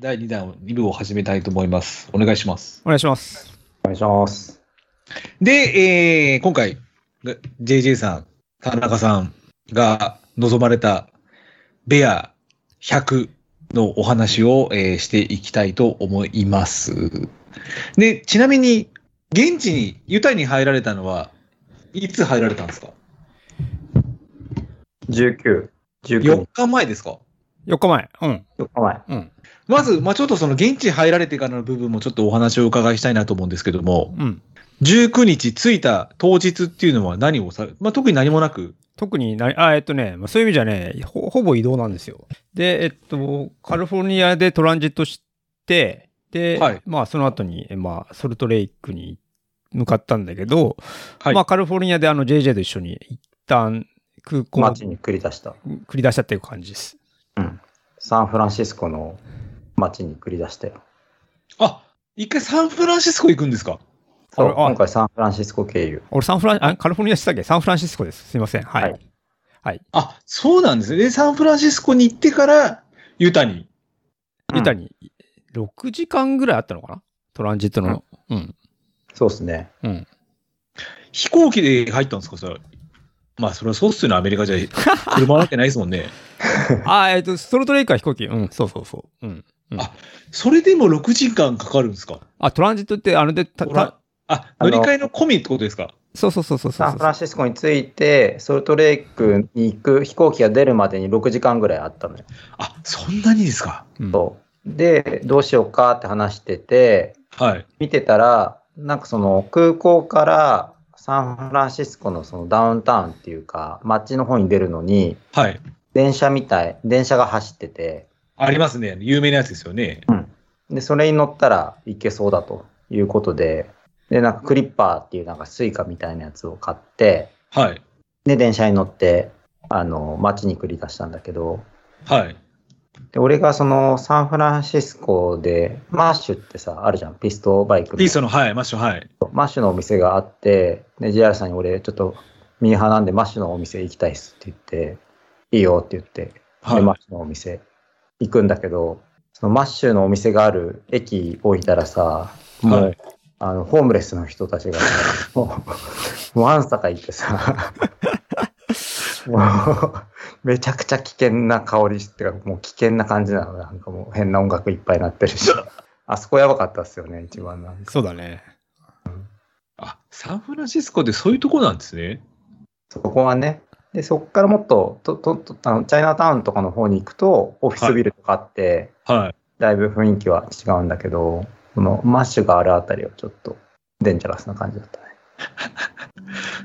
第2弾、2部を始めたいと思います。お願いします。お願いします。お願いします。で、えー今回、が JJ さん、田中さんが望まれたベア100のお話を、えーしていきたいと思います。で、ちなみに、現地に、ユタに入られたのは、いつ入られたんですか19、19 ?4 日前ですか4日前。うん。日前。うん。まず、まあ、ちょっとその現地入られてからの部分もちょっとお話をお伺いしたいなと思うんですけども、うん。 19日着いた当日っていうのは何をされ、まあ、特に何もなく。特にな、あ、えっとね、まあそういう意味じゃね、ほほぼ移動なんですよ。で、えっと、カリフォルニアでトランジットして、で、はいまあその後に、えまあソルトレイクに向かったんだけど、はい。まあカリフォルニアであの JJ と一緒に一旦空港を街に繰り出した。繰り出したっていう感じです。うん。サンフランシスコの街に繰り出したよ。あ、一回サンフランシスコ行くんですかそあう、れあ今回サンフランシスコ経由。俺サンフラン、あ、カリフォルニアでしたっけサンフランシスコです。すいません。はい。はいあ、そうなんですね。で、サンフランシスコに行ってから、ユタに。ユタに6時間ぐらいあったのかなトランジットの。うん。そうですね。うん。飛行機で入ったんですかそれまあ、それはそうっすよね。アメリカじ ゃ、車なわけないですもんね。あ、えっ、と、ストロートレイクは飛行機。うん、そうそうそう。うん。それでも6時間かかるんですかあ、トランジットって、あれで、た、ほらた、あ、乗り換えの込みってことですかそうそうそうそうそサうンフランシスコに着いて、ソルトレイクに行く飛行機が出るまでに6時間ぐらいあったのよ。あ、そんなにですかうんそうで、どうしようかって話してて、はい。見てたら、なんかその空港からサンフランシスコのそのダウンタウンっていうか、街の方に出るのに、はい。電車みたい、電車が走ってて、ありますね。有名なやつですよね。で、それに乗ったらいけそうだということで、で、なんかクリッパーっていうなんかスイカみたいなやつを買って、はい。で、電車に乗って、あの、街に繰り出したんだけど、はい。で、俺がそのサンフランシスコで、マッシュってさ、あるじゃん、ピストバイクのピースの、はい、マッシュ、はい。マッシュのお店があって、で、JR さんに俺、ちょっとミーハーなんでマッシュのお店行きたいっすって言って、いいよって言って、はでい。マッシュのお店行くんだけど、そのマッシュのお店がある駅降りたらさ、もう、はいあのホームレスの人たちが、もう、もうあんさかいてさ、もう、めちゃくちゃ危険な香りっていうか、もう危険な感じなの、なんかもう変な音楽いっぱいなってるし、あそこやばかったっすよね、一番なんか。そうだね。あ、サンフランシスコってそういうとこなんですね。そこはね。で、そこからもっと、とととあのチャイナタウンとかの方に行くと、オフィスビルとかあって、はい。だいぶ雰囲気は違うんだけど、このマッシュがあるあたりはちょっとデンジャラスな感じだったね。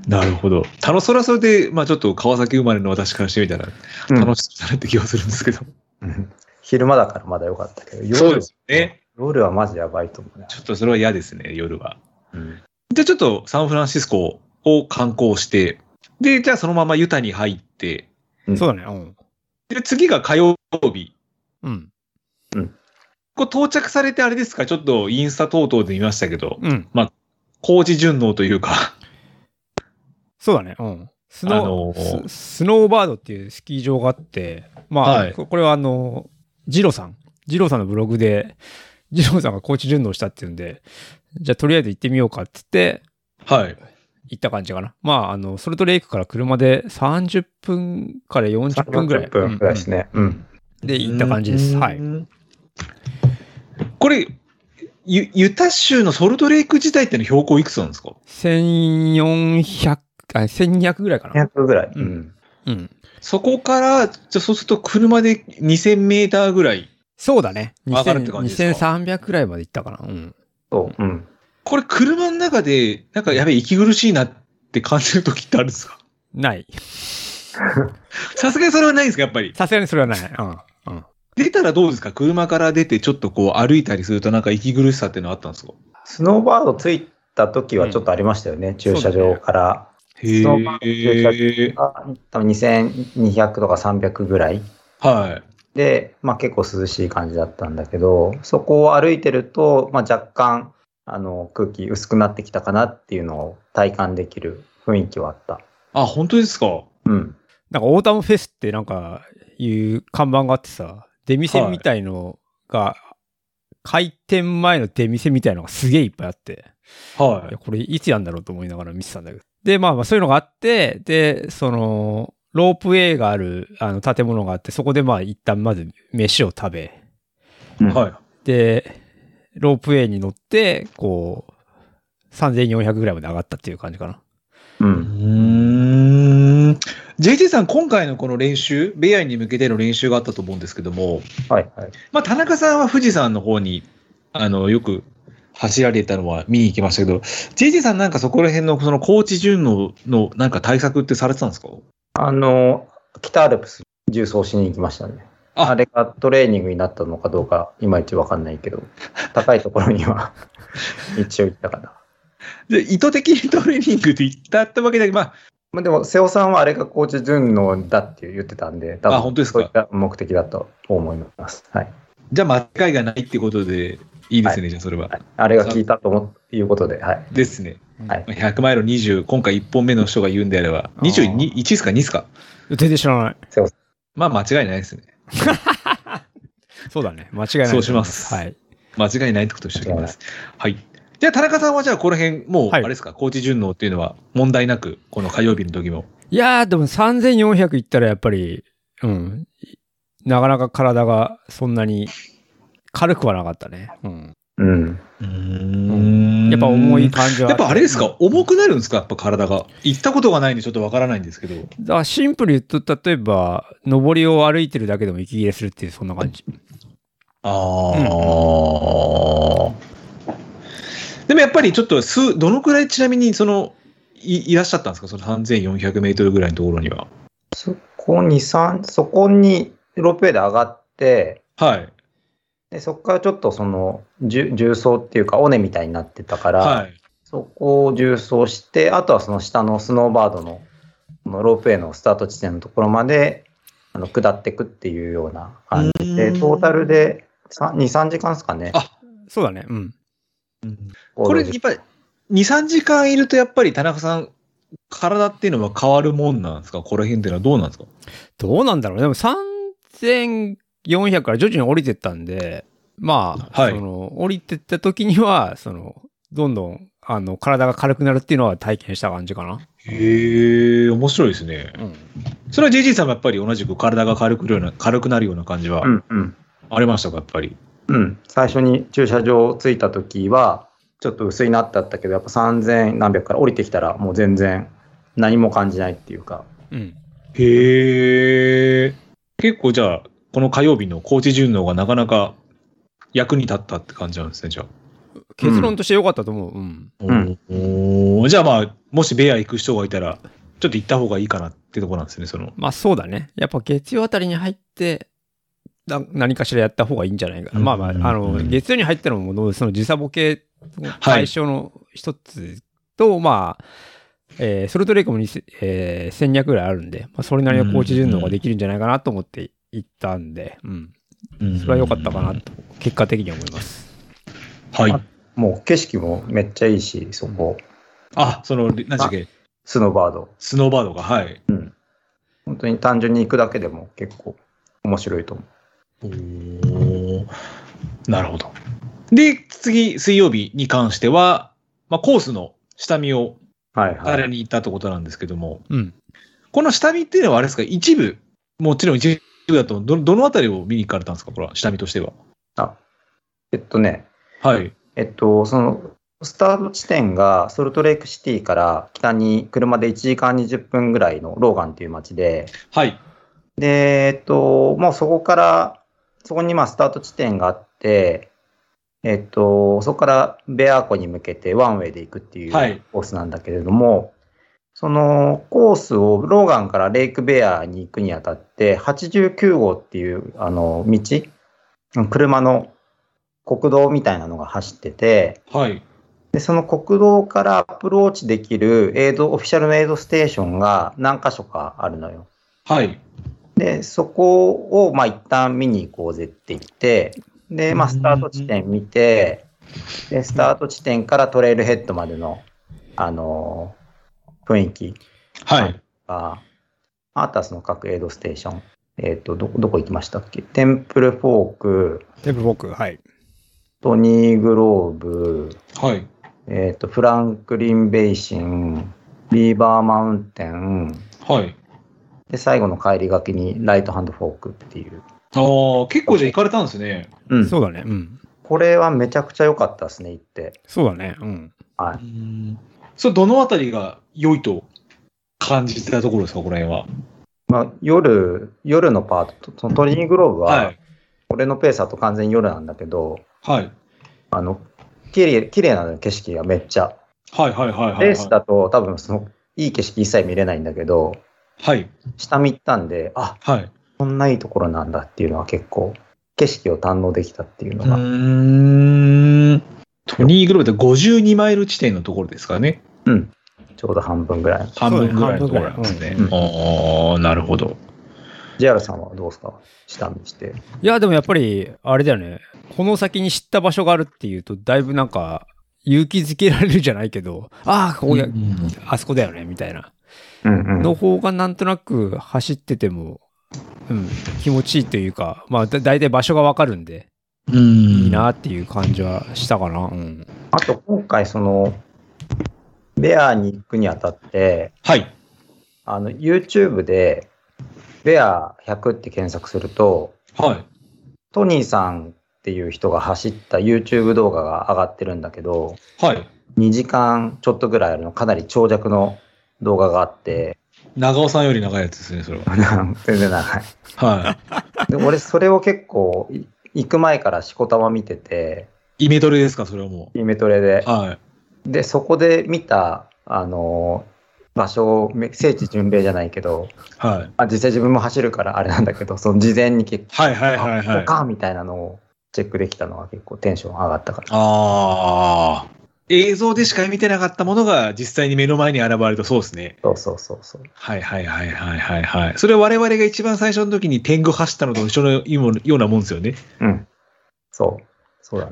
なるほど。楽しそれはそれで、まあちょっと川崎生まれの私からしてみたら楽しそうだなって気がするんですけど。うん昼間だからまだ良かったけど、夜そうですよね。夜はマジやばいと思うね。ちょっとそれは嫌ですね、夜は。うんじゃあちょっとサンフランシスコを観光して、で、じゃあそのままユタに入って、そうだね。うん。で、次が火曜日。うん。こう到着されてあれですか、ちょっとインスタ等々で見ましたけど、うん。工事順応というか、そうだね。うん。スノー、あのーススノーバードっていうスキー場があって、まあ、はいここれはあの、ジローさん。ジローさんのブログで、ジローさんが高知順応したっていうんで、じゃあとりあえず行ってみようかって言って、はい。。行った感じかな。まあ、あの、ソルトレイクから車で30分から40分ぐらい。 30分ぐらいですうんね。うん。うんで、行った感じです。はいうん。これ、ユユタ州のソルトレイク自体ってのは標高いくつなんですか1400あ1200ぐらいかな。 200ぐらい。ううんん。うん。そこから、じゃあそうすると車で2000メーターぐらい。そうだね。上がるっ2000て感じです2300ぐらいまで行ったかな。うん。そう。うん。これ車の中で、なんかやべえ、息苦しいなって感じる時ってあるんですかない。さすがにそれはないんですかやっぱり。さすがにそれはない。うん。うん。出たらどうですか車から出てちょっとこう歩いたりするとなんか息苦しさってのあったんですかスノーバード着いた時はちょっとありましたよね。駐車場から。へそうなんえ。あ多分2200とか300ぐらい。はい。で、まあ、結構涼しい感じだったんだけどそこを歩いてると、まあ、若干あの空気薄くなってきたかなっていうのを体感できる雰囲気はあった。あ、本当ですかうん、なんか、オータムフェスってなんか、いう看板があってさ、出店みたいのが開店前の出店みたいのがすげえいっぱいあって、はいやい。これいつやんだろうと思いながら見てたんだけど。で、まあまあそういうのがあって、で、その、ロープウェイがあるあの建物があって、そこでまあ一旦まず飯を食べ、うんはい。で、ロープウェイに乗って、こう、3400ぐらいまで上がったっていう感じかな。う。うんーん。JT さん、今回のこの練習、ベアに向けての練習があったと思うんですけども、はいはい。まあ、田中さんは富士山の方に、あの、よく走られたのは見に行きましたけど、JT さんなんかそこら辺のその高知順応のなんか対策ってされてたんですかあの、北アルプス重走しに行きましたね。ああれがトレーニングになったのかどうか、いまいちわかんないけど、高いところ には一応行ったかな。で意図的にトレーニングで行ったってわけだけど、まあ、まあ、でも、瀬尾さんはあれが高知順応だって言ってたんで、多あ本当ですかそういった目的だと思います。はい。じゃあ間違いがないってことでいいですね、じゃあそれは。はいあれが効いたと思ういうことで、はい。ですね。はい100マイル20、今回1本目の人が言うんであれば、あー21ですか2ですか全然知らない。まあ間違いないですね。そうだね。間違いない。そうしますはい。間違いないってことにしておきます。はい。じゃあ田中さんはじゃあこの辺、もうあはいれですか、高知順応っていうのは問題なく、この火曜日の時も。いやー、でも3400いったらやっぱり、うん。なかなか体がそんなに軽くはなかったね。うん。うん。うんやっぱ重い。感じは。やっぱあれですか、うん重くなるんですかやっぱ体が。行ったことがないんでちょっとわからないんですけど。だからシンプルに言うと、例えば、上りを歩いてるだけでも息切れするっていう、そんな感じ。ああ、でもやっぱりちょっと数、どのくらいちなみにその、いいらっしゃったんですかその3400メートルぐらいのところには。そこに、三そこにロープウェイで上がって、はい。でそこからちょっとその、重重曹っていうか、尾根みたいになってたから、はい。そこを重走して、あとはその下のスノーバードのこのロープウェイのスタート地点のところまであの下っていくっていうような感じで、うんトータルで2、3時間ですかね。あそうだね。うん。これ、ゴやーっルぱり、2、3時間いると、やっぱり田中さん、体っていうのは変わるもんなんですかこの辺っていうのはどうなんですかどうなんだろうねでも3400から徐々に降りてったんで、まあ、はいその、降りてった時には、その、どんどん、あの、体が軽くなるっていうのは体験した感じかな。へえ、面白いですね。うん。それは JG さんもやっぱり同じく体が軽くるような軽くなるような感じはうんうん。ありましたか、やっぱり。うん。最初に駐車場着いた時は、ちょっと薄いなってあったけど、やっぱ3000何百から降りてきたら、もう全然何も感じないっていうか、うん。へえ。結構じゃあ、この火曜日の高知順応がなかなか役に立ったって感じなんですね、じゃあ。結論として良かったと思う。うん。うんおーじゃあまあ、もしベア行く人がいたら、ちょっと行った方がいいかなってところなんですね、その。まあ、そうだね。やっぱ月曜あたりに入って、な何かしらやった方がいいんじゃないかな。うんまあまあ、あの、うん月曜に入ったのも、その時差ボケの対象の一つと、まあ、えーそれぞれコもにせ、えー、1200ぐらいあるんで、まあ、それなりの高知順応ができるんじゃないかなと思って行ったんで、うん。それは良かったかなと、結果的には思います。はい。もう景色もめっちゃいいし、そこ、あ、その、何でしたっけスノーバード。スノーバードが、はい。本当に単純に行くだけでも結構面白いと思う。おーなるほど。で、次、水曜日に関しては、まあ、コースの下見をはいはい。あれに行ったってことなんですけども、うん。この下見っていうのはあれですか、一部、もちろん一部だと思う、ど、どのあたりを見に行かれたんですか、これは、下見としては。あ、えっとね、はい。えっと、その、スタート地点がソルトレイクシティから北に車で1時間20分ぐらいのローガンっていう街で、はい。で、えっと、もうそこから、そこにまあスタート地点があって、えっと、そこからベアー湖に向けてワンウェイで行くっていはいコースなんだけれども、そのコースをローガンからレイクベアーに行くにあたって、89号っていうあの道、車の国道みたいなのが走ってて、はい。で、その国道からアプローチできるエイド、オフィシャルのエイドステーションが何箇所かあるのよ。はい。で、そこを、まあ、一旦見に行こうぜって言って、で、まあ、スタート地点見て、で、スタート地点からトレイルヘッドまでの、あのー雰囲気はい。が、あとはその各エイドステーション、えっ、と、ど、どこ行きましたっけテンプルフォーク、で、僕、はい。トニー・グローブ、はい。えっ、と、フランクリン・ベイシン、ビーバー・マウンテン、はい。で、最後の帰りがけにライトハンド・フォークっていう。ああ、結構じゃあ行かれたんですね。うん。そうだね。うん。これはめちゃくちゃ良かったですね、行って。そうだね。うん。はうい。ん。それ、どのあたりが良いと感じたところですか、この辺は。まあ、夜、夜のパート、そのトニー・グローブはは、い。俺のペースだと完全に夜なんだけど、はい。あの、綺麗、綺麗なのよ、景色がめっちゃ。はいはいはいはい、はい。レースだと多分その、いい景色一切見れないんだけど、はい。下見行ったんで、あ、はい。こんないいところなんだっていうのは結構、景色を堪能できたっていうのうが。ーん。トニーグローブって52マイル地点のところですかね。うん。ちょうど半分ぐらい。半分ぐらいのところなんですね。そうね半分ぐああ、なるほど。 JR さんはどうですか下見して。いや、でもやっぱり、あれだよね。この先に知った場所があるっていうと、だいぶなんか、勇気づけられるじゃないけど、ああ、ここや、うんあそこだよね、みたいな。うんうん。の方がなんとなく走ってても、うん、気持ちいいというか、まあ、だ大体場所がわかるんで、いいなっていう感じはしたかな。うん。あと今回その、ベアに行くにあたって、はい。あの、YouTube で、ベア100って検索すると、はい。トニーさんっていう人が走った YouTube 動画が上がってるんだけど、はい。 2時間ちょっとぐらいあるの、かなり長尺の動画があって、 長尾さんより長いやつですね、それは。全然長い。はで俺、それを結構、い行く前からしこたま見てて、い。イメトレですか、それはもイメトレでう。。はい。で、そこで見た、あのー場所を、め聖地巡礼じゃないけど、はい。あ実際自分も走るからあれなんだけど、その事前に結構、はいはいはいあはここい。かみたいなのをチェックできたのは結構テンション上がったから。ああ。映像でしか見てなかったものが実際に目の前に現れるとそうですね。そうそうそうそう。はいはいはいはいはいはい。それ我々が一番最初の時に天狗走ったのと一緒のようなもんですよね。うん。そう。そうだね。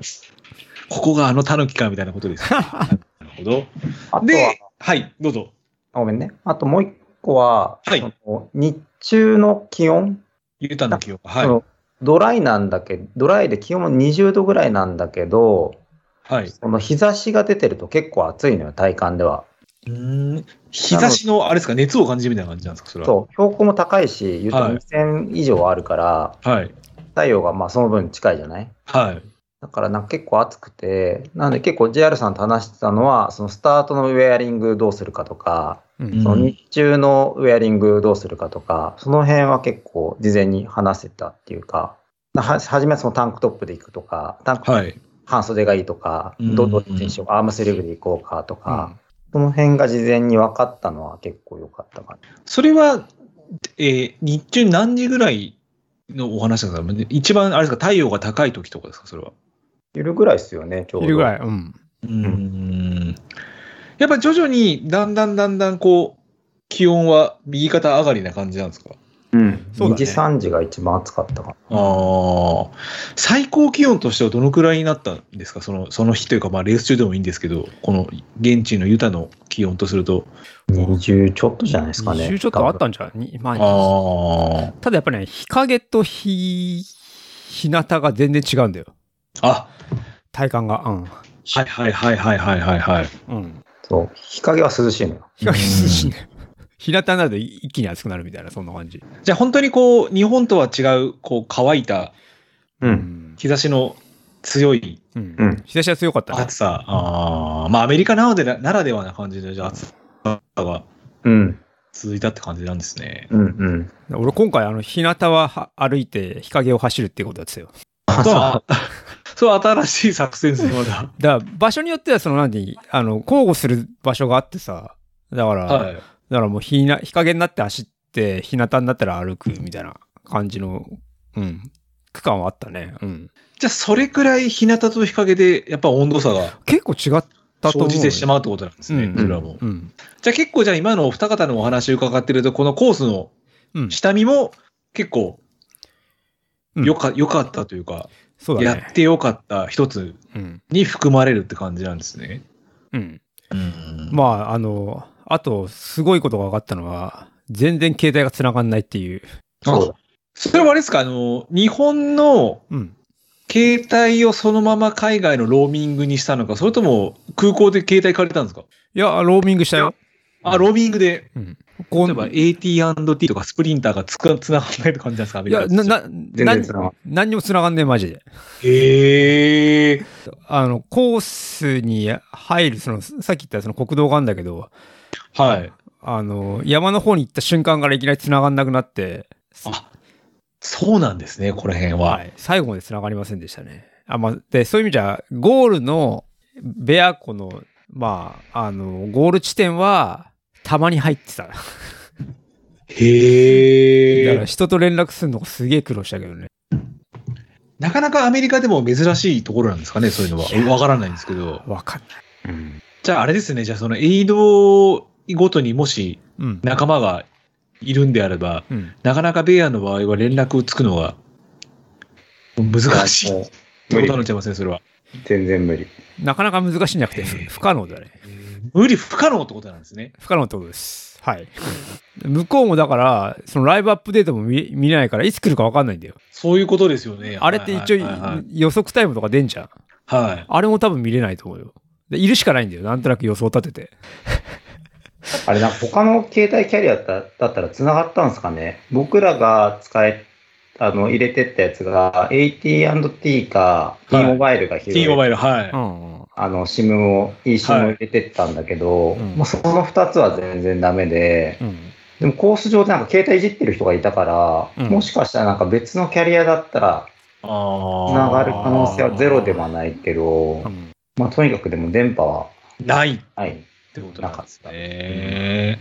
ここがあの狸かみたいなことですよ。なるほど。あとはで、、はい、どうぞ。ごめんね。あともう一個は、はいその日中の気温、ゆうたの記憶。はいそ。のドライなんだけど、ドライで気温も20度ぐらいなんだけど、はい。その日差しが出てると結構暑いのよ、体感では。うん。日差しの、あれですか、熱を感じるみたいな感じなんですか、それは。そう、標高も高いし、言うとはい2000以上あるから、はい。太陽がまあその分近いじゃないはい。だからなんか結構暑くて、なんで結構 JR さんと話してたのは、そのスタートのウェアリングどうするかとか、ううんん。その日中のウェアリングどうするかとか、その辺は結構事前に話せたっていうか、は初めはそのタンクトップで行くとか、タンクトップはい。半袖がいいとか、うんどどっちにしようか、アームスリーブで行こうかとか、その辺が事前に分かったのは結構良かったかな。それは、えー日中何時ぐらいのお話なんですか一番、あれですか、太陽が高い時とかですか、それは。昼ぐらいですよね、ちょうど。いるぐらい。うん。うん。やっぱ徐々に、だんだんだんだん、こう、気温は右肩上がりな感じなんですかうん。そうだ2ね時、3時が一番暑かったかああ、最高気温としてはどのくらいになったんですかその、その日というか、まあレース中でもいいんですけど、この現地のユタの気温とすると。な。20ちょっとじゃないですかね。 20ちょっとあったんじゃないにまあ、あただやっぱね、日陰と日、日向が全然違うんだよ。あ、あ、体感が。うん。はいはいはいはいはいはいはい。うん。そう。日陰は涼しいのよ。日陰涼し いね。日向になると一気に暑くなるみたいな、そんな感じ。じゃあ本当にこう、日本とは違う、こう、乾いたう。うんん。日差しの強いうんうん日差しは強かったね暑さ。ああ、まあアメリカならではならではな感じで、じゃあ暑さがうん。続いたって感じなんですね。 うん。うん。俺今回あの日向はは歩いて日陰を走るっていうことだったよ。あそうそうあ、そう新しい作戦ですね、まだ。だから場所によってはその何あの交互する場所があってさだから、はい。だからもう日な日陰になって走って日向になったら歩くみたいな感じの、うん、区間はあったね。うん、じゃあ、それくらい日向と日陰で、やっぱ温度差が結構違ったと生思う。じてしまうってことなんですね、うんそれはもう。うんじゃあ、結構、じゃあ、今のお二方のお話を伺ってると、このコースのうん、下見も結構、うんよか、良かったというか、そうだやねっ。てよかった一つうんに含まれるって感じなんですね。うん、うんまああのあとすごいことが分かったのは全然携帯が繋がんないっていう。そうだそれはあれですか、あの、日本のうん、携帯をそのまま海外のローミングにしたのか、それとも空港で携帯借りたんですかいや、ローミングしたよ。あ、ローミングで。うん。例こえば AT&T とかスプリンターがつくつながらないって感じなんですかアメいリカや、な、な、全な然つながん何にも繋がんねえ、マジで。へえ。あの、コースに入る、その、さっき言ったその国道があるんだけど、はい。あの、山の方に行った瞬間からいきなり繋がんなくなって、あ、そうなんですね、この辺は。はい、最後まで繋がりませんでしたね。あまあ、でそういう意味じゃゴールのベア湖のまああのゴール地点はたまに入ってた。だかへらえ。人と連絡するのがすげえ苦労したけどね。なかなかアメリカでも珍しいところなんですかね、そういうのいやは。わからないんですけど。わかんない。うんじゃああれですね、じゃあそのエイドごとにもしうん。仲間がいるんであれば、うん、なかなかベアの場合は連絡つくのが難しいもっうて無こ理とになっちゃいますね、それは。全然無理。なかなか難しいんじゃなくてへえふ不可能だね。無理不可能ってことなんですね。不可能ってことです。はい。向こうもだからそのライブアップデートも見見ないからいつ来るかわかんないんだよ。そういうことですよね。あれって一応はいはいはい予測タイムとか出んじゃん。はい。はいあれも多分見れないと思うよ。でいるしかないんだよ。なんとなく予想立てて。あれな、他の携帯キャリアだだったら繋がったんですかね僕らが使え、あの、入れてったやつが AT&T か T はいモバイルが拾え T モバイル、はい。ん。あの、SIM を、いい SIM を入れてったんだけど、いうんもうその2つは全然ダメで、うん。でもコース上でなんか携帯いじってる人がいたから、うんもしかしたらなんか別のキャリアだったらあ繋がる可能性はゼロではなないけどう、んまあとにかくでも電波はないっない。てことなんですね。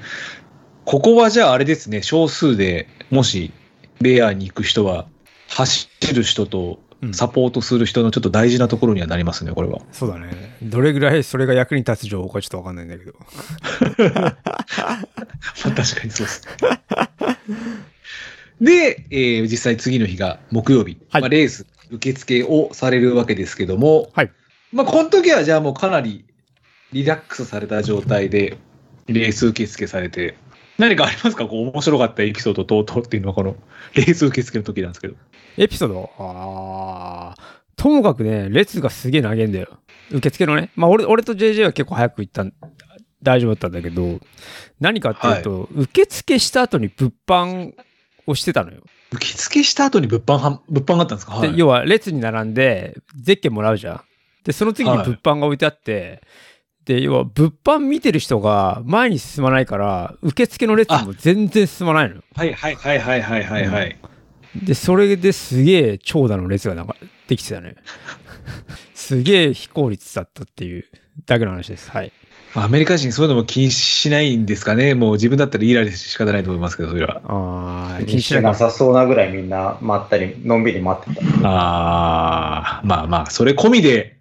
ここはじゃああれですね、少数でもしベアに行く人は、走る人とうんサポートする人のちょっと大事なところにはなりますね、これは。そうだね。どれぐらいそれが役に立つ情報かちょっとわかんないんだけど。 確かにそうです。で、えー実際次の日が木曜日、はいまあ、レース受付をされるわけですけども、はいまあ、この時はじゃあもうかなりリラックスされた状態でレース受付されて、何かありますかこう面白かったエピソード等々っていうのはこのレース受付の時なんですけど。エピソードあーともかくね、列がすげえ長いんだよ。受付のね。まあ俺、俺と JJ は結構早く行ったん、大丈夫だったんだけど、何かっていうと、受付した後に物販をしてたのよ。受付した後に物販は、物販があったんですかはでい。要は列に並んで、ゼッケンもらうじゃん。で、その次にはい物販が置いてあって、で、要は物販見てる人が前に進まないから、受付の列も全然進まないのよ。はいはいはいはいはいはいはい。で、それですげえ長蛇の列がなんかできて たね。すげえ非効率だったっていうだけの話です。はい。まあアメリカ人そういうのも気にしないんですかね。もう自分だったらイライラして仕方ないと思いますけど、それは。ああ、気気ににししてなかなった。さそうなぐらいみんな待ったり、のんびり待ってた。ああ、まあまあ、それ込みで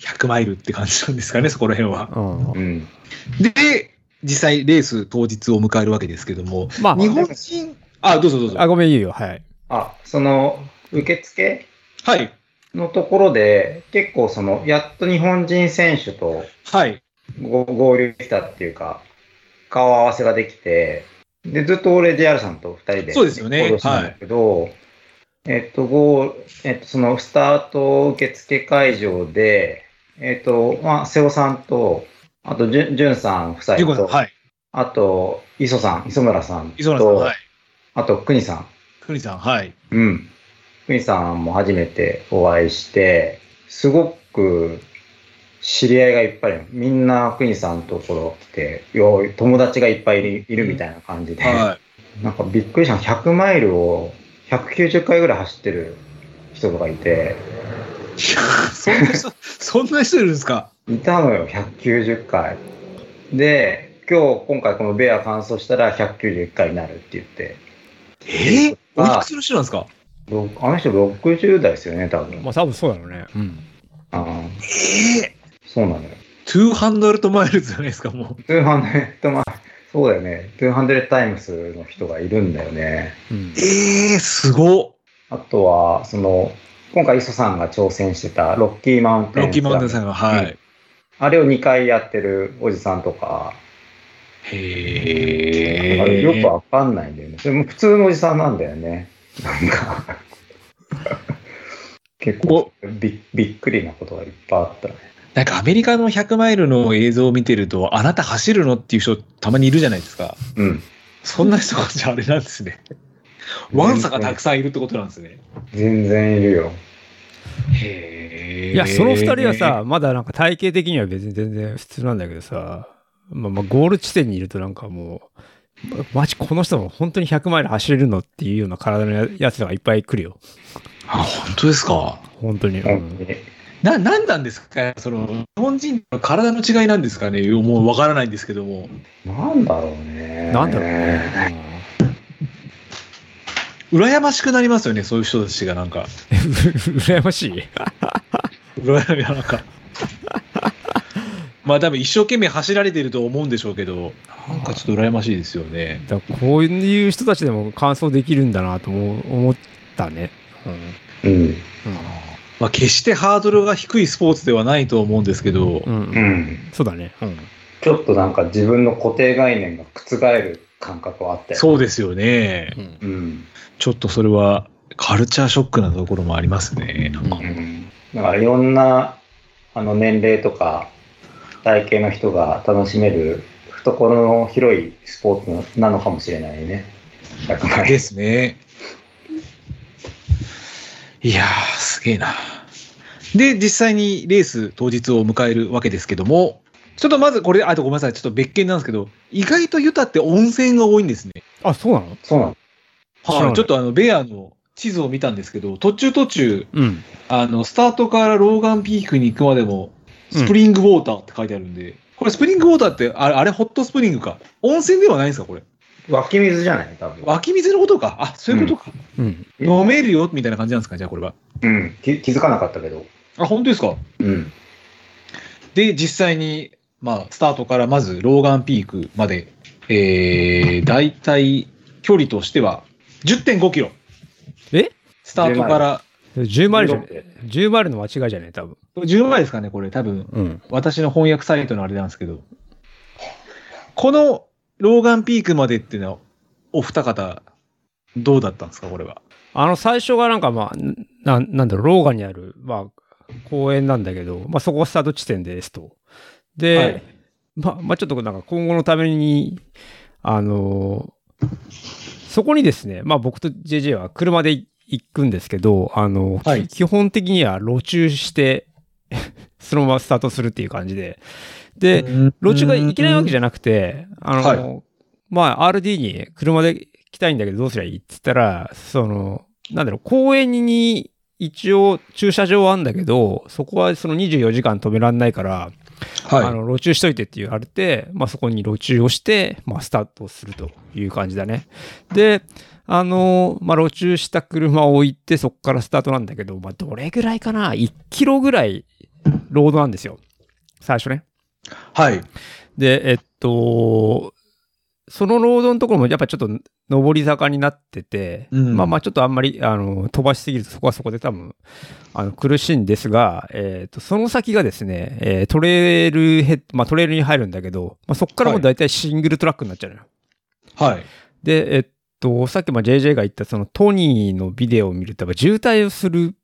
100マイルって感じなんですかね、そこら辺は。うんうん。で、実際レース当日を迎えるわけですけども、まあ、日本人、あ、どうぞどうぞ。あ、ごめん、いいよ。はい。あ、その、受付はい、のところで、結構その、やっと日本人選手とはい。ご合流したっていうか、顔合わせができて、で、ずっと俺、JR さんと2人で、そうですよね行動してたんだけど、えっと、ゴーえっと、そのスタート受付会場で、えっと、まあ、瀬尾さんと、あと、じゅんじゅんさん夫妻ジュンコさん、と、はい。あと、磯さん、磯村さんと、磯村さん、はい。あと、邦さん、クニさん、はい。うん。ふみさんも初めてお会いして、すごく知り合いがいっぱいいる。みんなふみさんのところ来て、よう友達がいっぱいいるいるみたいな感じで、はなんかびっくりしたの。100マイルを190回ぐらい走ってる人とかいて、い。 そんな人、そんな人いるんですかいたのよ、190回。で、今日、今回このベア完走したら191回になるって言って、ええおいあくつの人なんですかろあの人60代ですよね、多分。まあ、多分そうだろうね。うん。あえーえそうなのよ。 200マイルじゃないですか、もう。トゥーハンデレッドマイル、そうだよね。トゥーハンデレッドタイムスの人がいるんだよね。うん。ええすごっ。あとは、その、今回磯さんが挑戦してたロッキーマウンテン。ロッキーマウンテンさんが、はうい。あれを2回やってるおじさんとか、あへれえ。よくわかんないんだよね。でも普通のおじさんなんだよね。なんか結構びびっくりなことがいっぱいあったね。なんかアメリカの100マイルの映像を見てると、あなた走るのっていう人たまにいるじゃないですか。うん。そんな人たちあれなんですね。ワンサがたくさんいるってことなんですね。全然いるよ。へーいや、その二人は、さ、まだなんか体型的には別に全然普通なんだけどさ、まあまあゴール地点にいるとなんかもう、まマジこの人も本当に100マイル走れるのっていうような体のややつらがいっぱい来るよ。あ、本当ですか。本当に。う本当んに。な、なんなんですかその、日本人の体の違いなんですかねもうわからないんですけども。なんだろうね。なんだろうね。羨ましくなりますよね、そういう人たちがなんか。うん 羨ましい。羨みはなん か。まあ多分一生懸命走られてると思うんでしょうけど、なんかちょっと羨ましいですよね。だからこういう人たちでも完走できるんだなと思思ったね。うんうん。まあ決してハードルが低いスポーツではないと思うんですけど、うんううんん。そうだね。うんちょっとなんか自分の固定概念が覆る感覚はあったよ。そうですよね。うんう。うん。ちょっとそれはカルチャーショックなところもありますね。なんかうん。だからいろんなあの年齢とか体型の人が楽しめる懐の広いスポーツなのかもしれないね。100マイでルすね。いやー、すげえな。で、実際にレース当日を迎えるわけですけども、ちょっとまずこれ、あとごめんなさい、ちょっと別件なんですけど、意外とユタって温泉が多いんですね。あ、そうなのそうなの。知らなはいい、ちょっとあの、ベアの地図を見たんですけど、途中途中、うん。あの、スタートからローガンピークに行くまでも、スプリングウォーターって書いてあるんで、これスプリングウォーターって、あれ、あれホットスプリングか。温泉ではないんですか、これ。湧き水じゃない多分。湧き水のことか。あ、そういうことか。うん。飲めるよ、みたいな感じなんですか、じゃあこれは。うん。き気づかなかったけど。あ、本当ですか。うん。で、実際に、まあ、スタートからまず、ローガンピークまで、えー、大体、距離としては、10.5キロ。えスタートから、 10マイルじゃね16 10マイルの間違いじゃない多分。 10枚ですかね、これ、多分。うん。私の翻訳サイトのあれなんですけど、このローガンピークまでっていうのは、お二方、どうだったんですか、これは。あの、最初がなんかまあ、ななんだろう、ローガにある、まあ、公園なんだけど、まあそこがスタート地点ですと。で、はいまあ、まあちょっとなんか今後のために、あのそこにですね、まあ僕と JJ は車で行くんですけど、あのはい基本的には路中して、 そのままスタートするっていう感じで。で、路中が行けないわけじゃゃなくて、あの、はまあ、RD に車で来たいんだけどどうすりゃいいって言ったら、その、なんだろう、公園に一応駐車場はあんだけど、そこはその24時間止めらんないから、はい。あの、路中しといてって言われて、まあそこに路中をして、まあスタートするという感じだね。で、あの、まあ路中した車を置いて、そこからスタートなんだけど、まあどれぐらいかな ?1 キロぐらいロードなんですよ。最初ね。はい。で、えっと、そのロードのところもやっぱちょっと上り坂になってて、うんまあまあちょっとあんまりあの飛ばしすぎるとそこはそこで多分あの苦しいんですが、えっとその先がですね、えートレールヘッまあ、トレールに入るんだけど、まあ、そこからもう大体シングルトラックになっちゃうのよ。はい。で、えっと、さっきまあ JJ が言ったそのトニーのビデオを見ると、やっぱ渋滞をする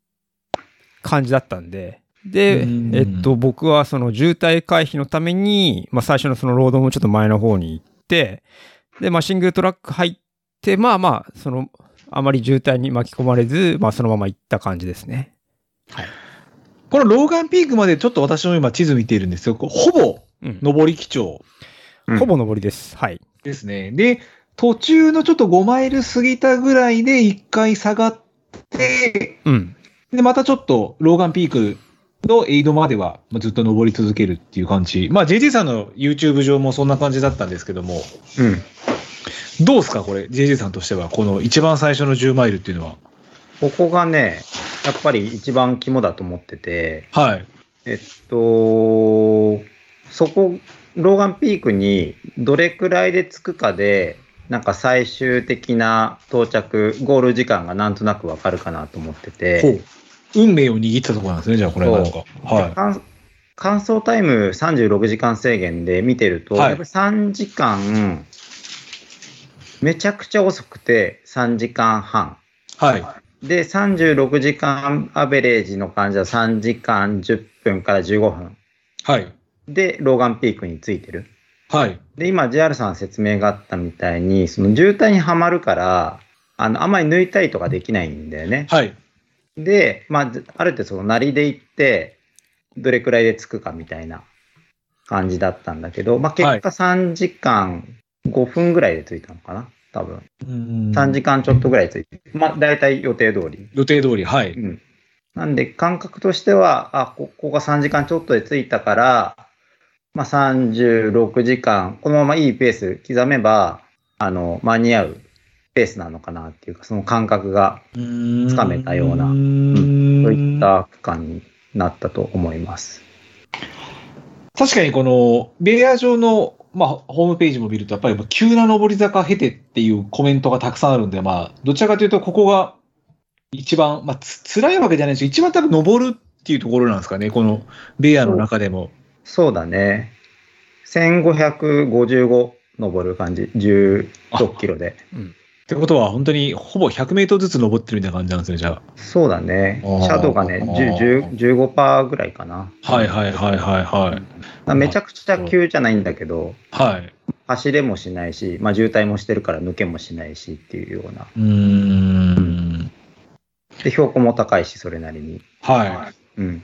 感じだったんで、でうん、えっと、僕はその渋滞回避のために、まあ最初のそのロードもちょっと前の方に行って、で、まあシングルトラック入って、まあまあ、その、あまり渋滞に巻き込まれず、まあそのまま行った感じですね。このローガンピークまで、ちょっと私も今地図見ているんですよ。こうほぼ、うん。上り基調うんほぼ上りです。はい。ですね。で、途中のちょっと5マイル過ぎたぐらいで一回下がって、うん。で、またちょっと、ローガンピークのエイドまでは、まあずっと登り続けるっていう感じ。まあ、JJ さんの YouTube 上もそんな感じだったんですけども、うん。どうですか、これ、JJ さんとしては、この一番最初の10マイルっていうのは。ここがね、やっぱり一番肝だと思ってて、はい。えっと、そこ、ローガンピークにどれくらいで着くかで、なんか最終的な到着、ゴール時間がなんとなくわかるかなと思ってほて、う運命を握ったところなんですね、じゃあ、これはなんか。はい。乾乾燥タイム36時間制限で見てると、はいやっぱり3時間、めちゃくちゃ遅くて3時間半。はい。で、36時間アベレージの感じは3時間10分から15分。はい。で、ローガンピークについてる。はい。で、今、JR さん説明があったみたいに、その渋滞にはまるから、あの、あんまり抜いたりとかできないんだよね。はい。で、まあ、ある程度そのなりで行って、どれくらいで着くかみたいな感じだったんだけど、まあ、結はい果3時間5分ぐらいで着いたのかな多分。うん3時間ちょっとぐらいで着いて。まあ、大体予定通り。予定通り、はうい。ん。なんで、感覚としては、あ、こここが3時間ちょっとで着いたから、まあ、36時間、このままいいペース刻めば、あの、間に合うペースなのかなっていうか、その感覚がつかめたようなそういっ。た区間になったと思います。確かにこの、ベア上の、まあ、ホームページも見ると、やっぱり急な上り坂経てっていうコメントがたくさんあるんで、まあ、どちらかというと、ここが一番、まあ、つ辛いわけじゃないですけど一番多分上るっていうところなんですかね、このベアの中でも。そうだね。1555登る感じ、16キロで。ってことは、本当にほぼ100メートルずつ登ってるみたいな感じなんですね、じゃそうだね。あーシャドウがね、10 10 15%ぐらいかな。あ。はいはいはいはいはい。まあめちゃくちゃ急じゃないんだけど、はい。走れもしないし、まあ、渋滞もしてるから抜けもしないしっていうような。うーん。で、標高も高いし、それなりに。はうん。い。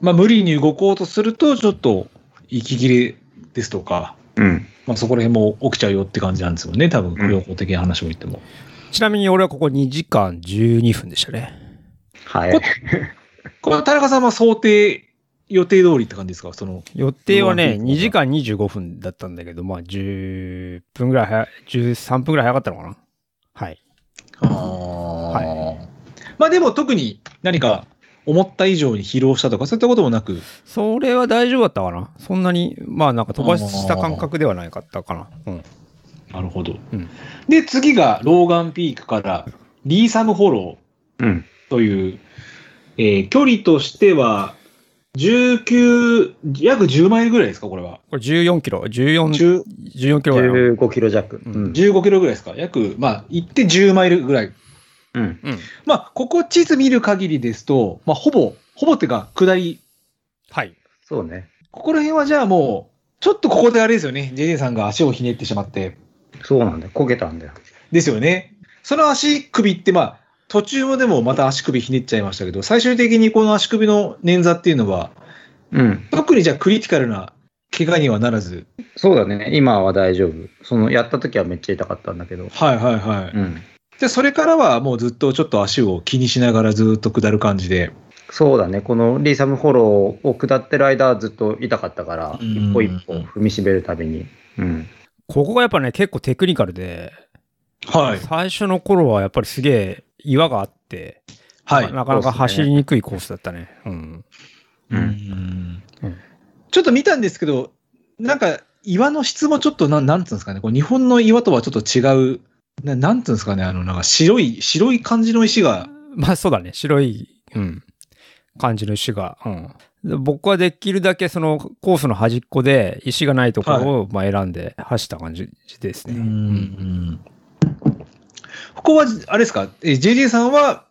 まあ、無理に動こうとすると、ちょっと、息切れですとか、うん。まあ、そこら辺も起きちゃうよって感じなんですよね、多分、うん両方的な話を言っても。ちなみに俺はここ2時間12分でしたね。はい。これは田中さんは想定、予定通りって感じですかその、予定はね、うわ2時間25分だったんだけど、まあ10分ぐらい早い、13分ぐらい早かったのかな。はい。はい。まあでも特に何か思った以上に疲労したとか、そういったこともなく、それは大丈夫だったかな。そんなに、まあなんか飛ばした感覚ではないかったかな。うん。なるほど。うんで、次がローガンピークからリーサムホロうん。ーという、えー距離としては、19、約10マイルぐらいですか、これは。これ14キロ、14、 10 14キロだよ。 15キロ弱。う15ん。キロぐらいですか。約、まあ、行って10マイルぐらいうん。うん。まあ、ここ地図見る限りですと、まあ、ほぼ、ほぼっていうか、下り、はい。そうね。ここら辺はじゃあもう、ちょっとここであれですよね、JJ さんが足をひねってしまって、そうなんだよ。焦げたんだよ。ですよね。その足首って、まあ、途中もでもまた足首ひねっちゃいましたけど、最終的にこの足首の捻挫っていうのは、うん。特にじゃあクリティカルな怪我にはならず、そうだね。今は大丈夫。その、やった時はめっちゃ痛かったんだけど。はいはいはい。うん。で、それからはもうずっとちょっと足を気にしながらずっと下る感じで、そうだね。このリーサムフォローを下ってる間はずっと痛かったから、うん一歩一歩踏みしめるたびに。うん。ここがやっぱね、結構テクニカルで、はい、最初の頃はやっぱりすげえ岩があって、はい。なかなか走りにくいコースだったね。うん。うん。うんちょっと見たんですけど、なんか岩の質もちょっとなん、なんつうんですかね、こう日本の岩とはちょっと違う、ななんつうんですかね、あの、なんか白い、白い感じの石が、まあそうだね、白い、うん、感じの石が。うんで僕はできるだけそのコースの端っこで石がないところをまあ選んで走った感じですね。うんここは、あれですか、え JJ さんは、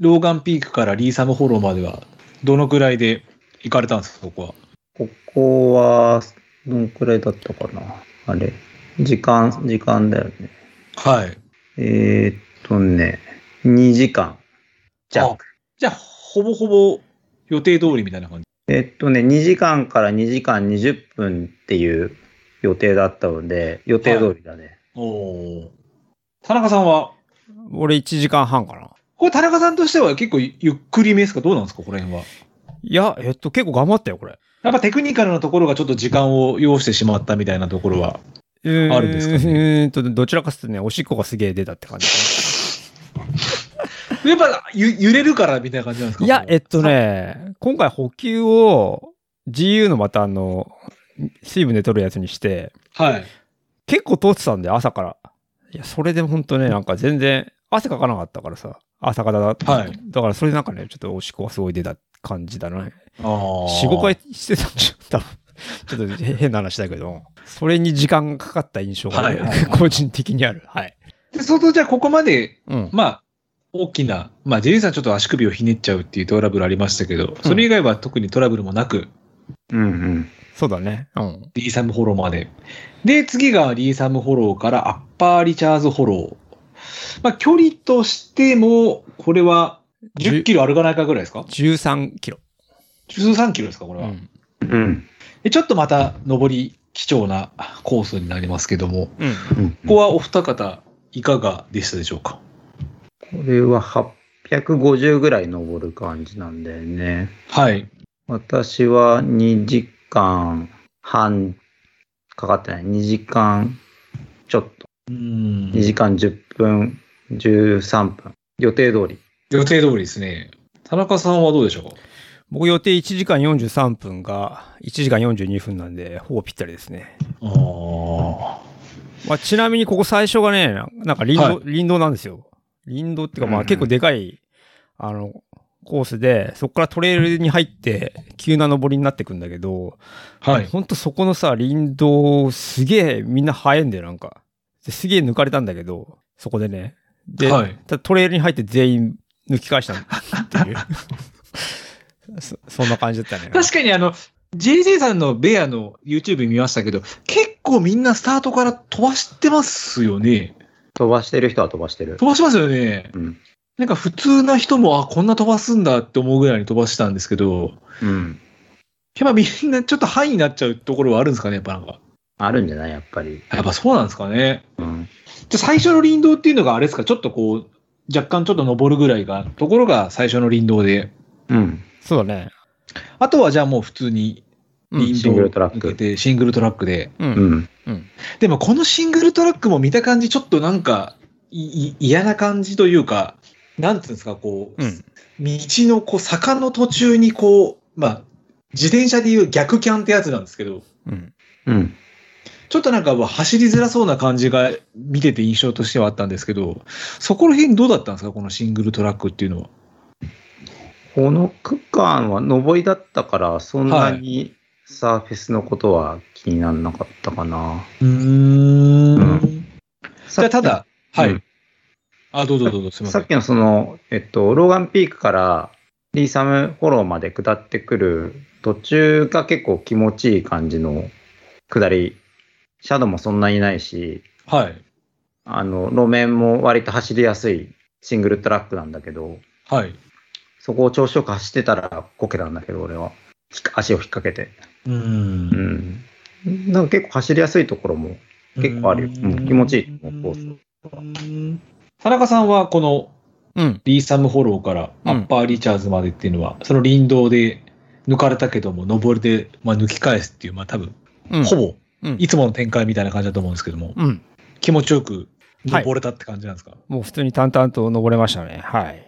ローガンピークからリーサムホローまでは、どのくらいで行かれたんですか、ここは。ここは、どんくらいだったかなあれ。時間、時間だよね。はい。えー、っとね、2時間あ弱。じゃあ、ほぼほぼ予定通りみたいな感じ。えーっとね、2時間から2時間20分っていう予定だったので、予定通りだね。おー田中さんは俺1時間半かな。これ田中さんとしては結構ゆっくりめですかどうなんですかこの辺は。いや、えっと、結構頑張ったよ、これ。やっぱテクニカルなところがちょっと時間を要してしまったみたいなところは。ああるんですかうーんと、どちらかというとね、おしっこがすげえ出たって感じかやっぱゆ揺れるからみたいな感じなんですかな。いや、えっとさね、今回補給を GU のまたあの、水分で取るやつにして、はい。結構通ってたんで、朝から。いや、それでほんとね、なんか全然、汗かかなかったからさ、朝方だった。はいだからそれでなんかね、ちょっとおしっこがすごい出た感じだな、ね。あー4、5回。してたんじゃん、多分。 ちょっと変な話だけど、それに時間がかかった印象がね、はい個人的にある。はい。で、相当じゃあここまで、うん。まあ、大きな、まあ、ジェリーさんちょっと足首をひねっちゃうっていうトラブルありましたけど、それ以外は特にトラブルもなく、うんうん。そうだね。うん。リーサムフォローまで。で、次がリーサムフォローからアッパーリチャーズフォロー。まあ、距離としても、これは10キロ歩かないかぐらいですか13キロ。 ?13 キロですかこれうは、ん。うん。で。ちょっとまた上り貴重なコースになりますけども、うん。うんここはお二方、いかがでしたでしょうかこれは850ぐらい登る感じなんだよね。はい。私は2時間半かかってない。2時間ちょっと。う2ん。時間10分、13分。予定通り。予定通りですね。田中さんはどうでしょうか僕予定1時間43分が1時間42分なんで、ほぼぴったりですね。あまあ、ちなみにここ最初がね、ななんか林道、はい林道なんですよ。林道っていうかまうんうあん結構でかい、あの、コースで、そこからトレイルに入って、急な登りになってくんだけど、あ。はい。ほんとそこのさ、林道、すげえみんな速いんだよ、なんか。ですげえ抜かれたんだけど、そこでね。で、はいただトレイルに入って全員抜き返したっていう。そそんな感じだったね。確かにあの、JJ さんのベアの YouTube 見ましたけど、結構みんなスタートから飛ばしてますよね。飛ばしてる人は飛ばしてる。飛ばしますよね。うん。なんか普通な人も、あ、こんな飛ばすんだって思うぐらいに飛ばしたんですけど、うん。やっぱみんなちょっとハイになっちゃうところはあるんですかね、やっぱなんか。あるんじゃないやっぱり。やっぱそうなんですかね。うん。じゃあ最初の林道っていうのがあれですか、ちょっとこう、若干ちょっと登るぐらいが、ところが最初の林道で、うん。そうだね。あとはじゃあもう普通にうん林シン道グをルトラック抜けて、シングルトラックで、うんうん。でもこのシングルトラックも見た感じ、ちょっとなんか、いい嫌な感じというか、なんていうんですか、こう、う道んのこう坂の途中にこう、まあ、自転車でいう逆キャンってやつなんですけど、うん。うん。ちょっとなんかもう走りづらそうな感じが見てて印象としてはあったんですけど、そこら辺どうだったんですか、このシングルトラックっていうのは。この区間は上りだったから、そんなにサーフェスのことは気にならなかったかな。うー。うんじゃあただ、さっはきい。あ、どうぞどうぞ、すみませさんっ。きのその、えっと、ローガンピークからリーサムフォローまで下ってくる途中が結構気持ちいい感じの下り。シャドウもそんなにないし、はい。あの、路面も割と走りやすいシングルトラックなんだけど、はい。そこを調子よく走ってたらこけたんだけど、俺は。ひっか足を引っ掛けて。うーんうん。なんか結構走りやすいところも結構あるようん気持ちいいと思うコーうん田中さんはこのうん。リーサムフォローからアッパーリチャーズまでっていうのは、その林道で抜かれたけども、上りで、まあ、抜き返すっていう、まあ多分、うん。ほぼうんいつもの展開みたいな感じだと思うんですけども、うん。気持ちよくはい登れたって感じなんですか、もう普通に淡々と登れましたね。はい。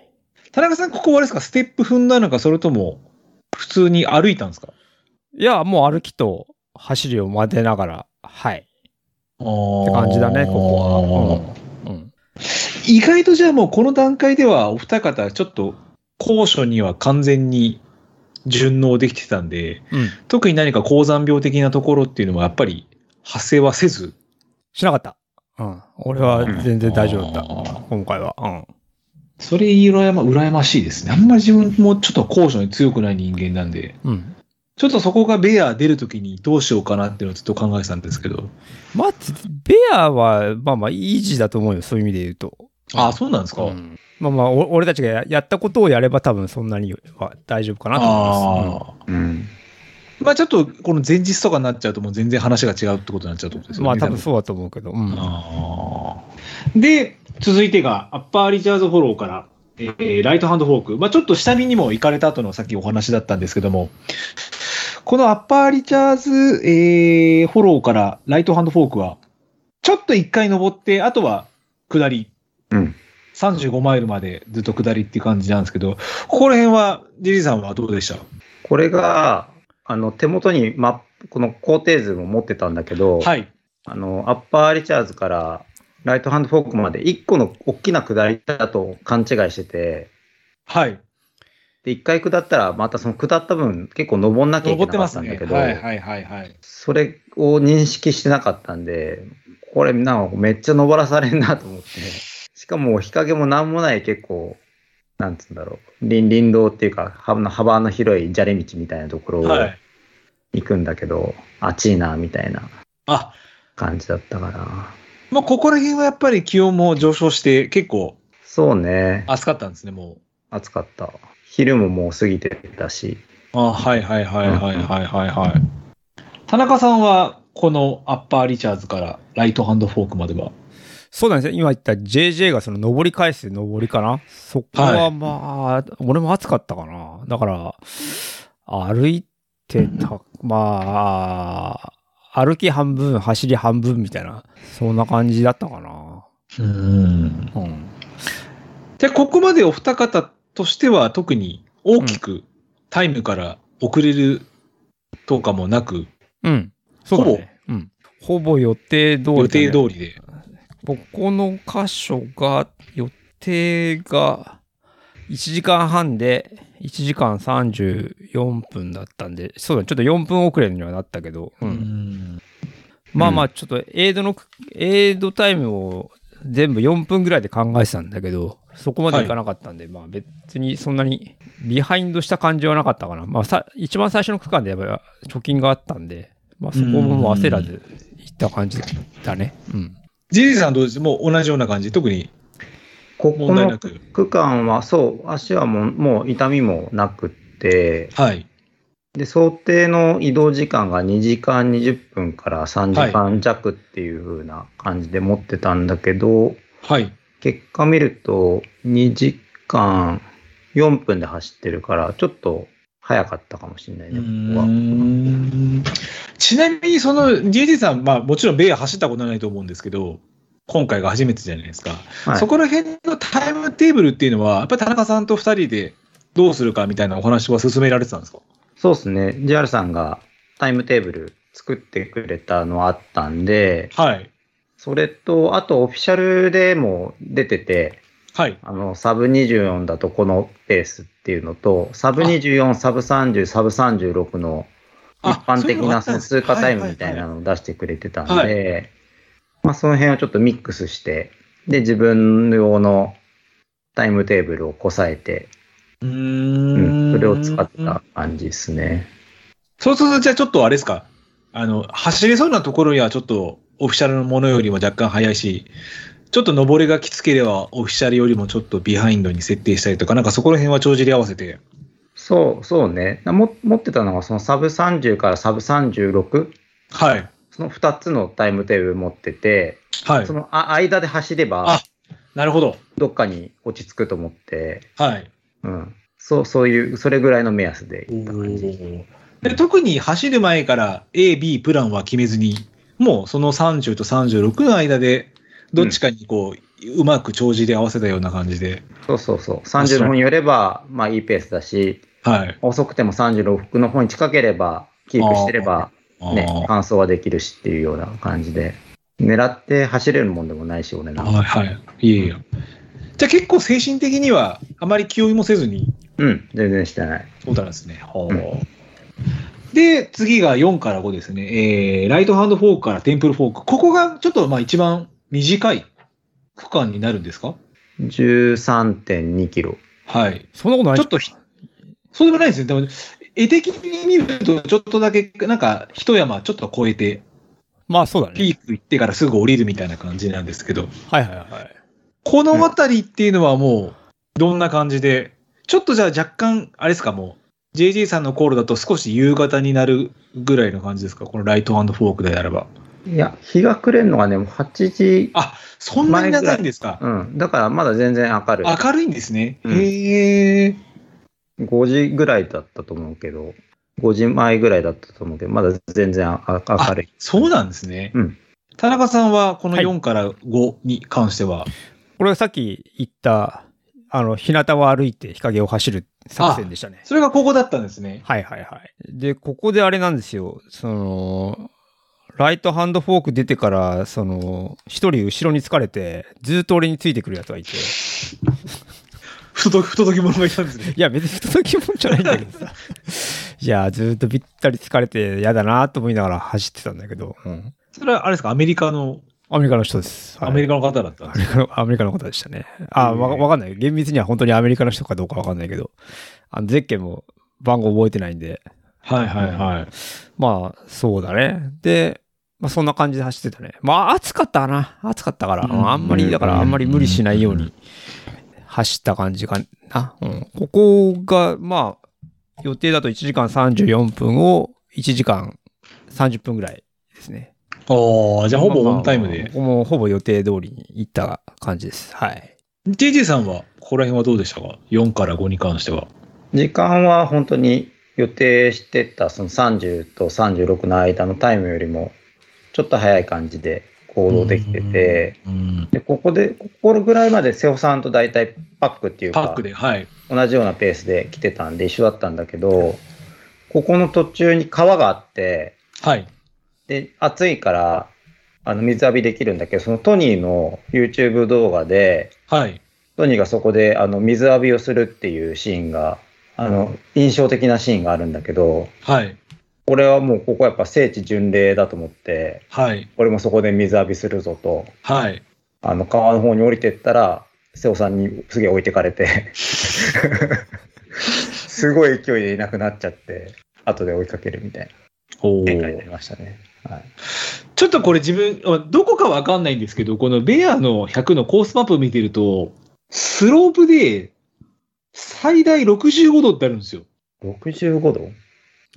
田中さん、ここはあれですか、ステップ踏んだのか、それとも普通に歩いたんですかいや、もう歩きと走りを混ぜながら、はい。って感じだねここはうんうん。意外とじゃあもうこの段階ではお二方ちょっと高所には完全に順応できてたんで、うん。特に何か高山病的なところっていうのはやっぱり発生はせず。しなかった。うん。俺は全然大丈夫だった。あー今回は。うん。それ羨ま、羨ましいですね。あんまり自分もちょっと高所に強くない人間なんで、うん。ちょっとそこがベア出るときにどうしようかなっていうのをずっと考えてたんですけど。まあ、つベアは、まあまあ、イージーだと思うよ。そういう意味で言うと。ああ、そうなんですか。うんまあまあ、お俺たちがややったことをやれば多分そんなには大丈夫かなと思います。ああ。うん。まあちょっとこの前日とかになっちゃうともう全然話が違うってことになっちゃうってことですうんよね。まあ多分そうだと思うけど。うん。あーで、続いてが、アッパーリチャーズフォローから、えーライトハンドフォーク。まあ、ちょっと下見にも行かれた後のさっきお話だったんですけども、このアッパーリチャーズ、えーフォローからライトハンドフォークは、ちょっと一回登って、あとは下り。うん35マイルまでずっと下りっていう感じなんですけど、ここら辺は、ジリーさんはどうでしたこれが、あの、手元にマップ、この工程図も持ってたんだけど、はい。あの、アッパーリチャーズからライトハンドフォークまで1個の大きな下りだと勘違いしてて、はい。で、1回下ったら、またその下った分結構登んなきゃいけ登ってなかまったすんだね。けど、はいはいはいはい。それを認識してなかったんで、これなんかめっちゃ登らされんなと思って、しかも日陰もなんもない結構、なんつうんだろう、林林道っていうか、幅の幅の広い砂利道みたいなところをはい。行くんだけど、暑いな、みたいなあ、感じだったかな。まあ、ここら辺はやっぱり気温も上昇して、結構そうね、暑かったんですね、もう。暑かった。昼ももう過ぎてたし、あはいはいはいはいはいはいはい。田中さんは、このアッパーリチャーズからライトハンドフォークまでは。そうなんですね。今言った JJ がその上り返す上りかな。そこはまあ、俺も暑かったかな。だから、歩いてた、まあ、歩き半分、走り半分みたいな、そんな感じだったかな。うん。うん。で、ここまでお二方としては特に大きくタイムから遅れるとかもなく、うん。そうだね。うん。ほぼ予定通り、予定通りで。ここの箇所が、予定が、1時間半で、1時間34分だったんで、そうだね、ちょっと4分遅れにはなったけど、うんうんまあまあ、ちょっとエイドの、エイドタイムを全部4分ぐらいで考えてたんだけど、そこまでいかなかったんで、まあ別にそんなに、ビハインドした感じはなかったかな。まあさ、一番最初の区間でやっぱ貯金があったんで、まあそこももう焦らず行った感じだね。うん。ジジさんどうですもう同じような感じ特にここ問題のなく。区間は、そう、足はもうもう痛みもなくって、はい。で、想定の移動時間が2時間20分から3時間弱っていう風な感じで持ってたんだけど、はい。結果見ると2時間4分で走ってるから、ちょっと早かったかもしれないうね、ここは。んちなみに、その JJ さん、まあ、もちろんベア走ったことないと思うんですけど、今回が初めてじゃないですか。はいそこら辺のタイムテーブルっていうのは、やっぱり田中さんと2人でどうするかみたいなお話は進められてたんですかそうですね、JR さんがタイムテーブル作ってくれたのあったんで、はい。それと、あとオフィシャルでも出てて、はい。あの、サブ24だとこのペースっていうのと、サブ24、サブ30、サブ36の一般的なその通過タイムみたいなののを出してくれてたんで、はいはまあその辺をちょっとミックスして、で、自分用のタイムテーブルをこさえて、うん、それを使ってた。感じですね。そうすると、じゃあちょっとあれですか。あの、走れそうなところにはちょっとオフィシャルのものよりも若干早いし、ちょっと登りがきつければオフィシャルよりもちょっとビハインドに設定したりとか、なんかそこら辺は帳尻合わせて。そう、そうね。も持ってたのが、そのサブ30からサブ36、はい。その2つのタイムテーブル持ってて、はいそ。のあ間で走ればあ、なるほど。どっかに落ち着くと思って、はい。うん。そう、そういう、それぐらいの目安でいった感じ。で特に走る前から A、B プランは決めずに、もうその30と36の間で、どっちかにこう、うまく帳尻合わせたような感じで。そうそうそう。30の方に寄れば、まあいいペースだし、はい。遅くても36の方に近ければ、キープしてれば、ねあ、ー完走はできるしっていうような感じで、狙って走れるもんでもないし、俺なんか。はいはい。いえいえ。じゃあ結構精神的にはあまり気負いもせずに、うん、全然してない。そうなんですね。ほうで、次が4から5ですね。えー、ライトハンドフォークからテンプルフォーク。ここがちょっとまあ一番短い区間になるんですか13.2キロ。はい。そんなことないちょっとひ、そうでもないですね。でも、絵的に見ると、ちょっとだけ、なんか、一山ちょっと越えて、まあそうだね。ピーク行ってからすぐ降りるみたいな感じなんですけど、はいはいはい。この辺りっていうのはもう、どんな感じで、ちょっとじゃあ若干、あれですか、もう、JJ さんのコールだと少し夕方になるぐらいの感じですか、このライトフォークであれば。いや、日が暮れるのがね、もう8時、あ、そんなに長いんですか。うん、だからまだ全然明るい。明るいんですね。うんへえ。 5時ぐらいだったと思うけど、5時前ぐらいだったと思うけど、まだ全然ああ明るい。そうなんですね。うん田中さんは、このはい4から5に関しては、これはさっき言った、あの、日向を歩いて日陰を走る作戦でしたね。それがここだったんですね。はいはいはい。で、ここであれなんですよ。その、ライトハンドフォーク出てから、その、一人後ろに疲れて、ずーっと俺についてくるやつがいて、い不届き、不届き者がいたんですね。や別に不届きもんじゃないんだけどさ、いや、ずーっとびったり疲れて嫌だなと思いながら走ってたんだけど、うんそれはあれですか、アメリカのアメリカの人です。はいアメリカの方だったんアですメリカのアメリカの方でしたね。あ、わわかんない。厳密には本当にアメリカの人かどうかわかんないけど、あのゼッケンも番号覚えてないんで、はいはいはい。まあ、そうだね。で、まあ、そんな感じで走ってたね。まあ、暑かったな。暑かったから、うんあんまり、だから、あんまり無理しないように走った感じかな。うん、ここが、まあ、予定だと1時間34分を1時間30分ぐらいですね。おーじゃあほぼまオあまあンタイムでこ。こもほぼ予定通りに行った感じです。はい。 JJ さんは、ここら辺はどうでしたか ?4 から5に関しては。時間は本当に予定してたその30と36の間のタイムよりもちょっと早い感じで行動できてて、うん、でここで、ここぐらいまで瀬尾さんと大体パックっていうパか、ックで、はい。同じようなペースで来てたんで一緒だったんだけど、ここの途中に川があって、はい。で、暑いから、あの、水浴びできるんだけど、そのトニーの YouTube 動画で、はい。トニーがそこで、あの、水浴びをするっていうシーンが、あの、印象的なシーンがあるんだけど、はい。これはもうここはやっぱ聖地巡礼だと思って、はい。俺もそこで水浴びするぞと、はい。あの、川の方に降りてったら、瀬尾さんにすげえ置いてかれて、 すごい勢いでいなくなっちゃって、後で追いかけるみたいなお展開になーりましたね。はい、ちょっとこれ自分、あどこかわかんないんですけど、このベアの100のコースマップ見てると、スロープで最大65度ってあるんですよ。 65度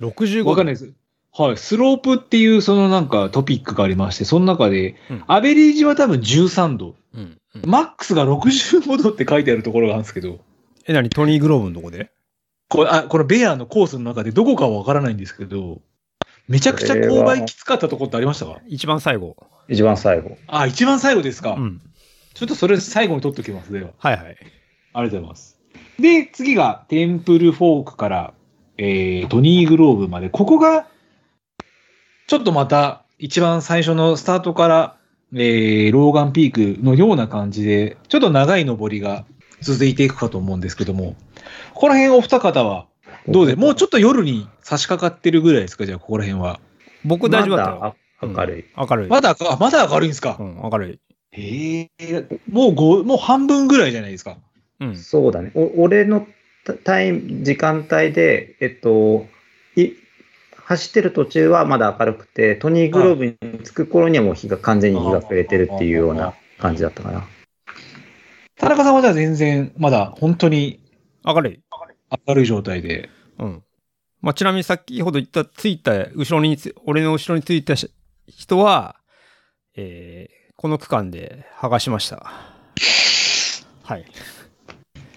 65わかんないです。はい。スロープっていうそのなんかトピックがありまして、その中でうん、アベレージは多分13度。うんうんマックスが65度って書いてあるところがあるんですけど、え、なに、トニー・グローブのとこでこれあこのベアのコースの中でどこかはわからないんですけど、めちゃくちゃ勾配きつかったところってありましたか一番最後。一番最後。あ、一番最後ですか。うん。ちょっとそれ最後に取っときます。では。はいはい。ありがとうございます。で、次がテンプルフォークから、えー、トニーグローブまで。ここが、ちょっとまた一番最初のスタートから、えー、ローガンピークのような感じで、ちょっと長い上りが続いていくかと思うんですけども、ここら辺お二方はどうで、もうちょっと夜に差し掛かってるぐらいですかじゃあ、ここら辺は。僕大丈夫だったよ。まだ明るい。うん明るい。まだ、あまだ明るいんですか、うん、明るい。えー、もうご、もう半分ぐらいじゃないですか。うん。そうだね。お俺のタタイム、時間帯で、えっと、い走ってる途中はまだ明るくて、トニーグローブに着く頃にはもう日が完全に日が暮れてるっていうような感じだったかな。田中さんはじゃあ全然、まだ本当に明るい。明るい状態で。うん。まあ、ちなみに先ほど言った、ついた、後ろにつ、俺の後ろについたし人は、えー、この区間で剥がしました。はい。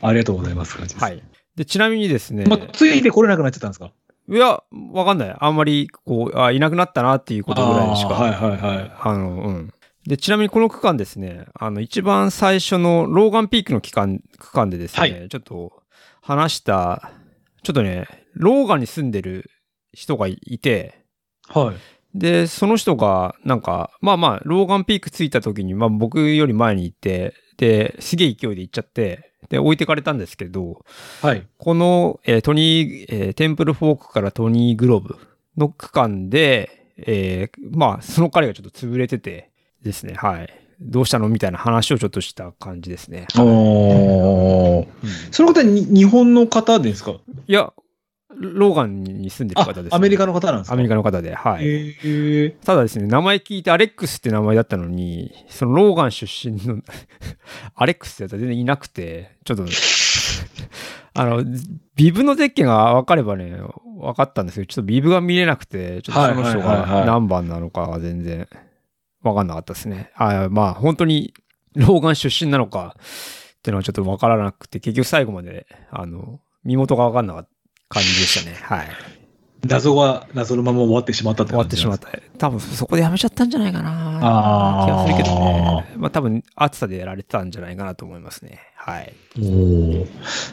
ありがとうございます。感じですは。い。で、ちなみにですね、まあ、ついてこれなくなっちゃったんですかいや、わかんない。あんまり、こう、あ、いなくなったなっていうことぐらいしか。あーはいはいはい。あの、うん。で、ちなみにこの区間ですね、あの、一番最初のローガンピークの期間、区間でですね、はいちょっと話した、ちょっとね、ローガンに住んでる人がいいて、はい。で、その人が、なんか、まあまあ、ローガンピーク着いた時に、まあ僕より前に行って、で、すげえ勢いで行っちゃって、で、置いてかれたんですけど、はい。この、えートニー、えーテンプルフォークからトニーグローブの区間で、えーまあ、その彼がちょっと潰れててですね、はい。どうしたのみたいな話をちょっとした感じですね。おー。うんその方に、日本の方ですかいや、ローガンに住んでるあ方です、ね、アメリカの方なんですかアメリカの方で、はい。へーただですね、名前聞いてアレックスって名前だったのに、そのローガン出身の アレックスってやつは全然いなくて、ちょっと、あの、ビブのゼッケンが分かればね、分かったんですけど、ちょっとビブが見れなくて、ちょっとそのはいは人いはいはがい何番なのかが全然分かんなかったですね。あまあ、本当にローガン出身なのかっていうのはちょっと分からなくて、結局最後まで、あの、身元が分かんなかった感じでしたね。はい。謎が、謎のまま終わってしまったって終わ感ってじしなまんっですた。多分そこでやめちゃったんじゃないかあなー気がするけどね。まあ多分暑さでやられてたんじゃないかなと思いますね。はい。おー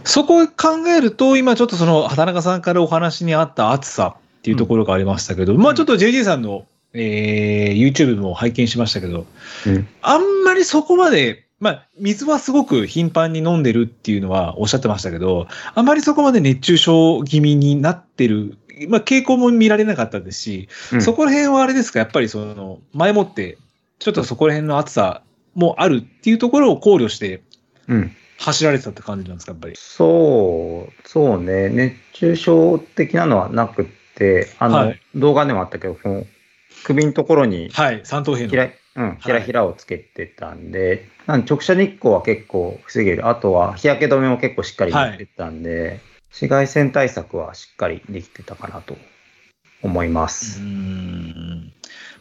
そこを考えると、今ちょっとその、畑中さんからお話にあった暑さっていうところがありましたけど、まあちょっと JJ さんの、えー、YouTube も拝見しましたけど、うんあんまりそこまで、まあ、水はすごく頻繁に飲んでるっていうのはおっしゃってましたけど、あまりそこまで熱中症気味になってる、まあ、傾向も見られなかったですし、うんそこら辺はあれですか、やっぱりその、前もって、ちちょっとそこら辺の暑さもあるっていうところを考慮してうん。走られてたって感じなんですか、やっぱり。そう、そうね。熱中症的なのはなくって、あの、はい動画でもあったけど、この首のところにはい、三等兵ひの。ら、うん、ひらひらをつけてたんで、なんで直射日光は結構防げる。あとは日焼け止めも結構しっかりはいできてたんで、紫外線対策はしっかりできてたかなと思いまうーす。ん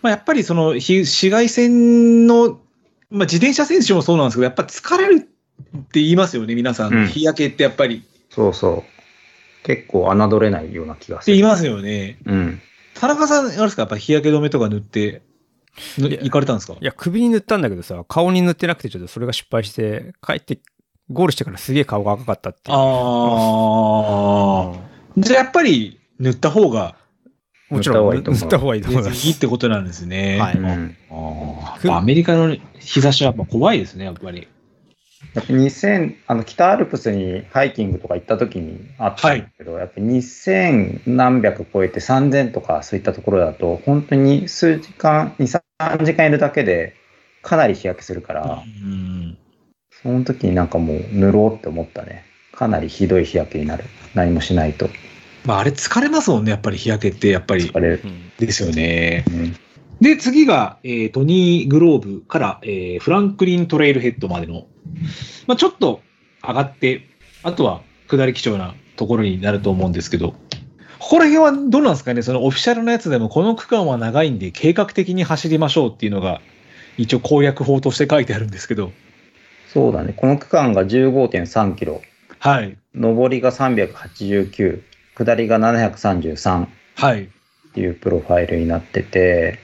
まあ、やっぱりそのひ紫外線の、まあ、自転車選手もそうなんですけど、やっぱ疲れるって言いますよね、皆さん。うん日焼けってやっぱり。ってそうそう。結構侮れないような気がす言いる。ますよね。うん。田中さん、あれですか、やっぱ日焼け止めとか塗って、ぬいや行かれたんですかいや、首に塗ったんだけどさ、顔に塗ってなくて、ちょっとそれが失敗して、帰って、ゴールしてからすげえ顔が赤かったっていう。ああ。じゃあやっぱり塗った方がもちろん、塗塗った方がいいと思った方がいいと思ういま全然いいっす。てことなんですね。はいうんあーやっぱアメリカの日差しはやっぱ怖いですね、やっぱり。やっぱ2000あの北アルプスにハイキングとか行った時にあったんだけど、やっぱ2000何百超えて3000とかそういったところだと本当に数時間23時間いるだけでかなり日焼けするから、うんその時になんかもう塗ろうって思ったねかなりひどい日焼けになる何もしないとまあ、あれ疲れますもんね、やっぱり日焼けって、やっぱり疲。れる、うんですよね。うんで、次が、えートニー・グローブから、えーフランクリン・トレイルヘッドまでの、まあ、ちょっと上がって、あとは下り基調なところになると思うんですけど、ここら辺はどうなんですかね、そのオフィシャルのやつでも、この区間は長いんで、計画的に走りましょうっていうのが、一応攻略法として書いてあるんですけど、そうだねこの区間が15.3キロはい、上りが389下りが733はい、っていうプロファイルになってて、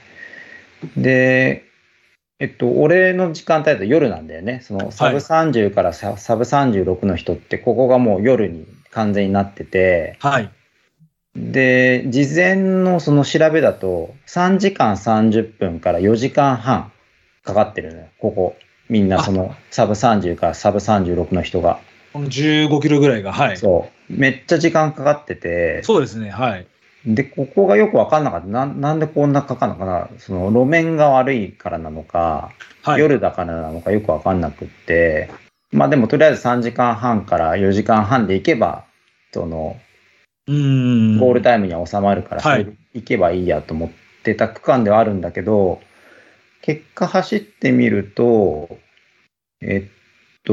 で、えっと、俺の時間帯だと夜なんだよね。そのサブ30からサ,、サブ36の人って、ここがもう夜に完全になってて、はい、で、事前のその調べだと、3時間30分から4時間半かかってるのよ、ここ。みんなそのサブ30からサブ36の人が。この15キロぐらいが、はい、そうそう。めっちゃ時間かかってて、ですね、はい、で、ここがよくわかんなかった。なんなんでこんなかかんのかなその路面が悪いからなのか、はい、夜だからなのかよくわかんなくって、まあでもとりあえず3時間半から4時間半で行けば、そのうーん、ゴールタイムには収まるから、はい行けばいいやと思ってた区間ではあるんだけど、結果走ってみると、えっと、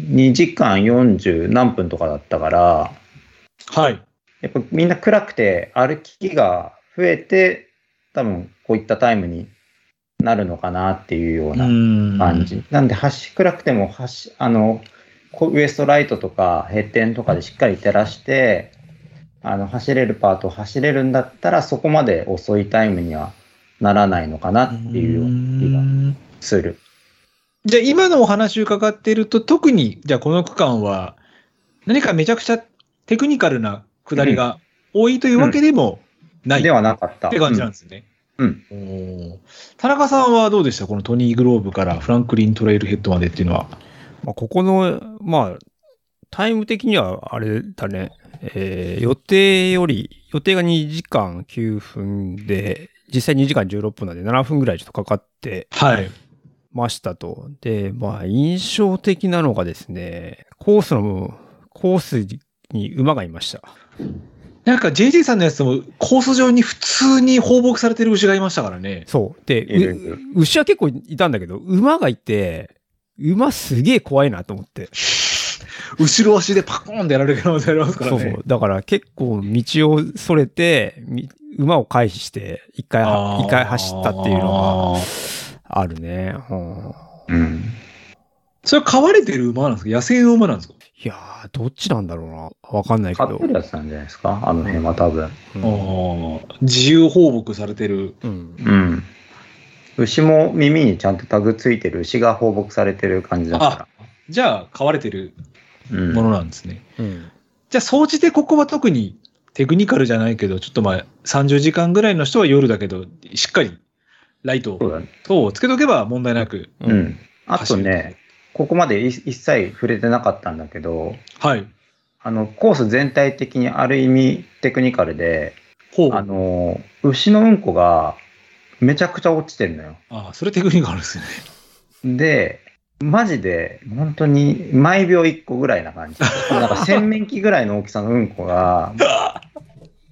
2時間40何分とかだったから、はい、やっぱみんな暗くて歩きが増えて、多分こういったタイムになるのかなっていうような感感じ。なんで、端暗くても端、あの、こうウエストライトとかヘッテンとかでしっかり照らして、あの、走れるパートを走れるんだったら、そこまで遅いタイムにはならないのかなっていうような気がする。じゃあ今のお話伺っていると特にじゃあこの区間は何かめちゃくちゃテクニカルな下りが多いというわけでもない、でっはなかった。て感じなんうんですね。うんおー田中さんはどうでしたこのトニー・グローブからフランクリン・トレイルヘッドまでっていうのは。まあ、ここの、まあ、タイム的には、あれだね、えー予定より、予定が2時間9分で、実際2時間16分なんで7分ぐらいちょっとかかってはい。ましたと。で、まあ、印象的なのがですね、コースの、コースに馬がいました。なんか JJ さんのやつもコース上に普通に放牧されてる牛がいましたからね。そう。で、いるいう牛は結構いたんだけど、馬がいて、馬すげえ怖いなと思って。後ろ足でパコーンってやられる可能性ありますからそね。うそう。だから結構道をそれて、み馬を回避して、一回は、あー一回走ったっていうのがあるね。うんうんそれは飼われてる馬なんですか野生の馬なんですかいやー、どっちなんだろうな。わかんないけ買っどて。るやつなんじゃないですかあの辺は多分。うんああ、自由放牧されてる。うんうん。牛も耳にちゃんとタグついてる牛が放牧されてる感じだかじゃあ、飼われてるら。うんものなんですね。うんじゃあ、総じてここは特にテクニカルじゃないけど、ちょっとまあ、30時間ぐらいの人は夜だけど、しっかりライトそうだね。等をつけとけば問題なく。ううんん。あとね、ここまでい一切触れてなかったんだけど、はい。あの、コース全体的にある意味テクニカルで、ほう。あの、牛のうんこがめちゃくちゃ落ちてんのよ。ああ、それテクニックあるんですよね。で、マジで、本当に、毎秒1個ぐらいな感じ。なんか洗面器ぐらいの大きさのうんこが、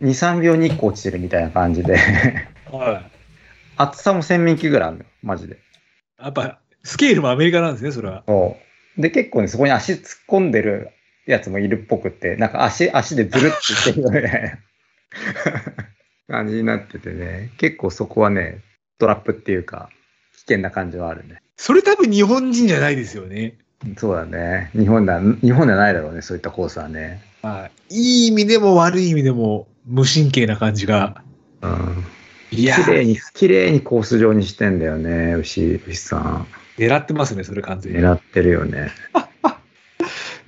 2、3秒に1個落ちてるみたいな感じで、はい。厚さも洗面器ぐらいあるのよ、マジで。やっぱ、スケールもアメリカなんですね、それは。そう。で、結構ね、そこに足突っ込んでるやつもいるっぽくって、なんか足、足でずるっていってるみたいな 感じになっててね、結構そこはね、トラップっていうか、危険な感じはあるね。それ多分日本人じゃないですよね。そうだね。日本だ、日本ではないだろうね、そういったコースはね。いい意味でも悪い意味でも、無神経な感じが。うん。いや綺麗に、綺麗にコース上にしてんだよね、牛、牛さん。狙ってますね、それ完全に。狙ってるよね。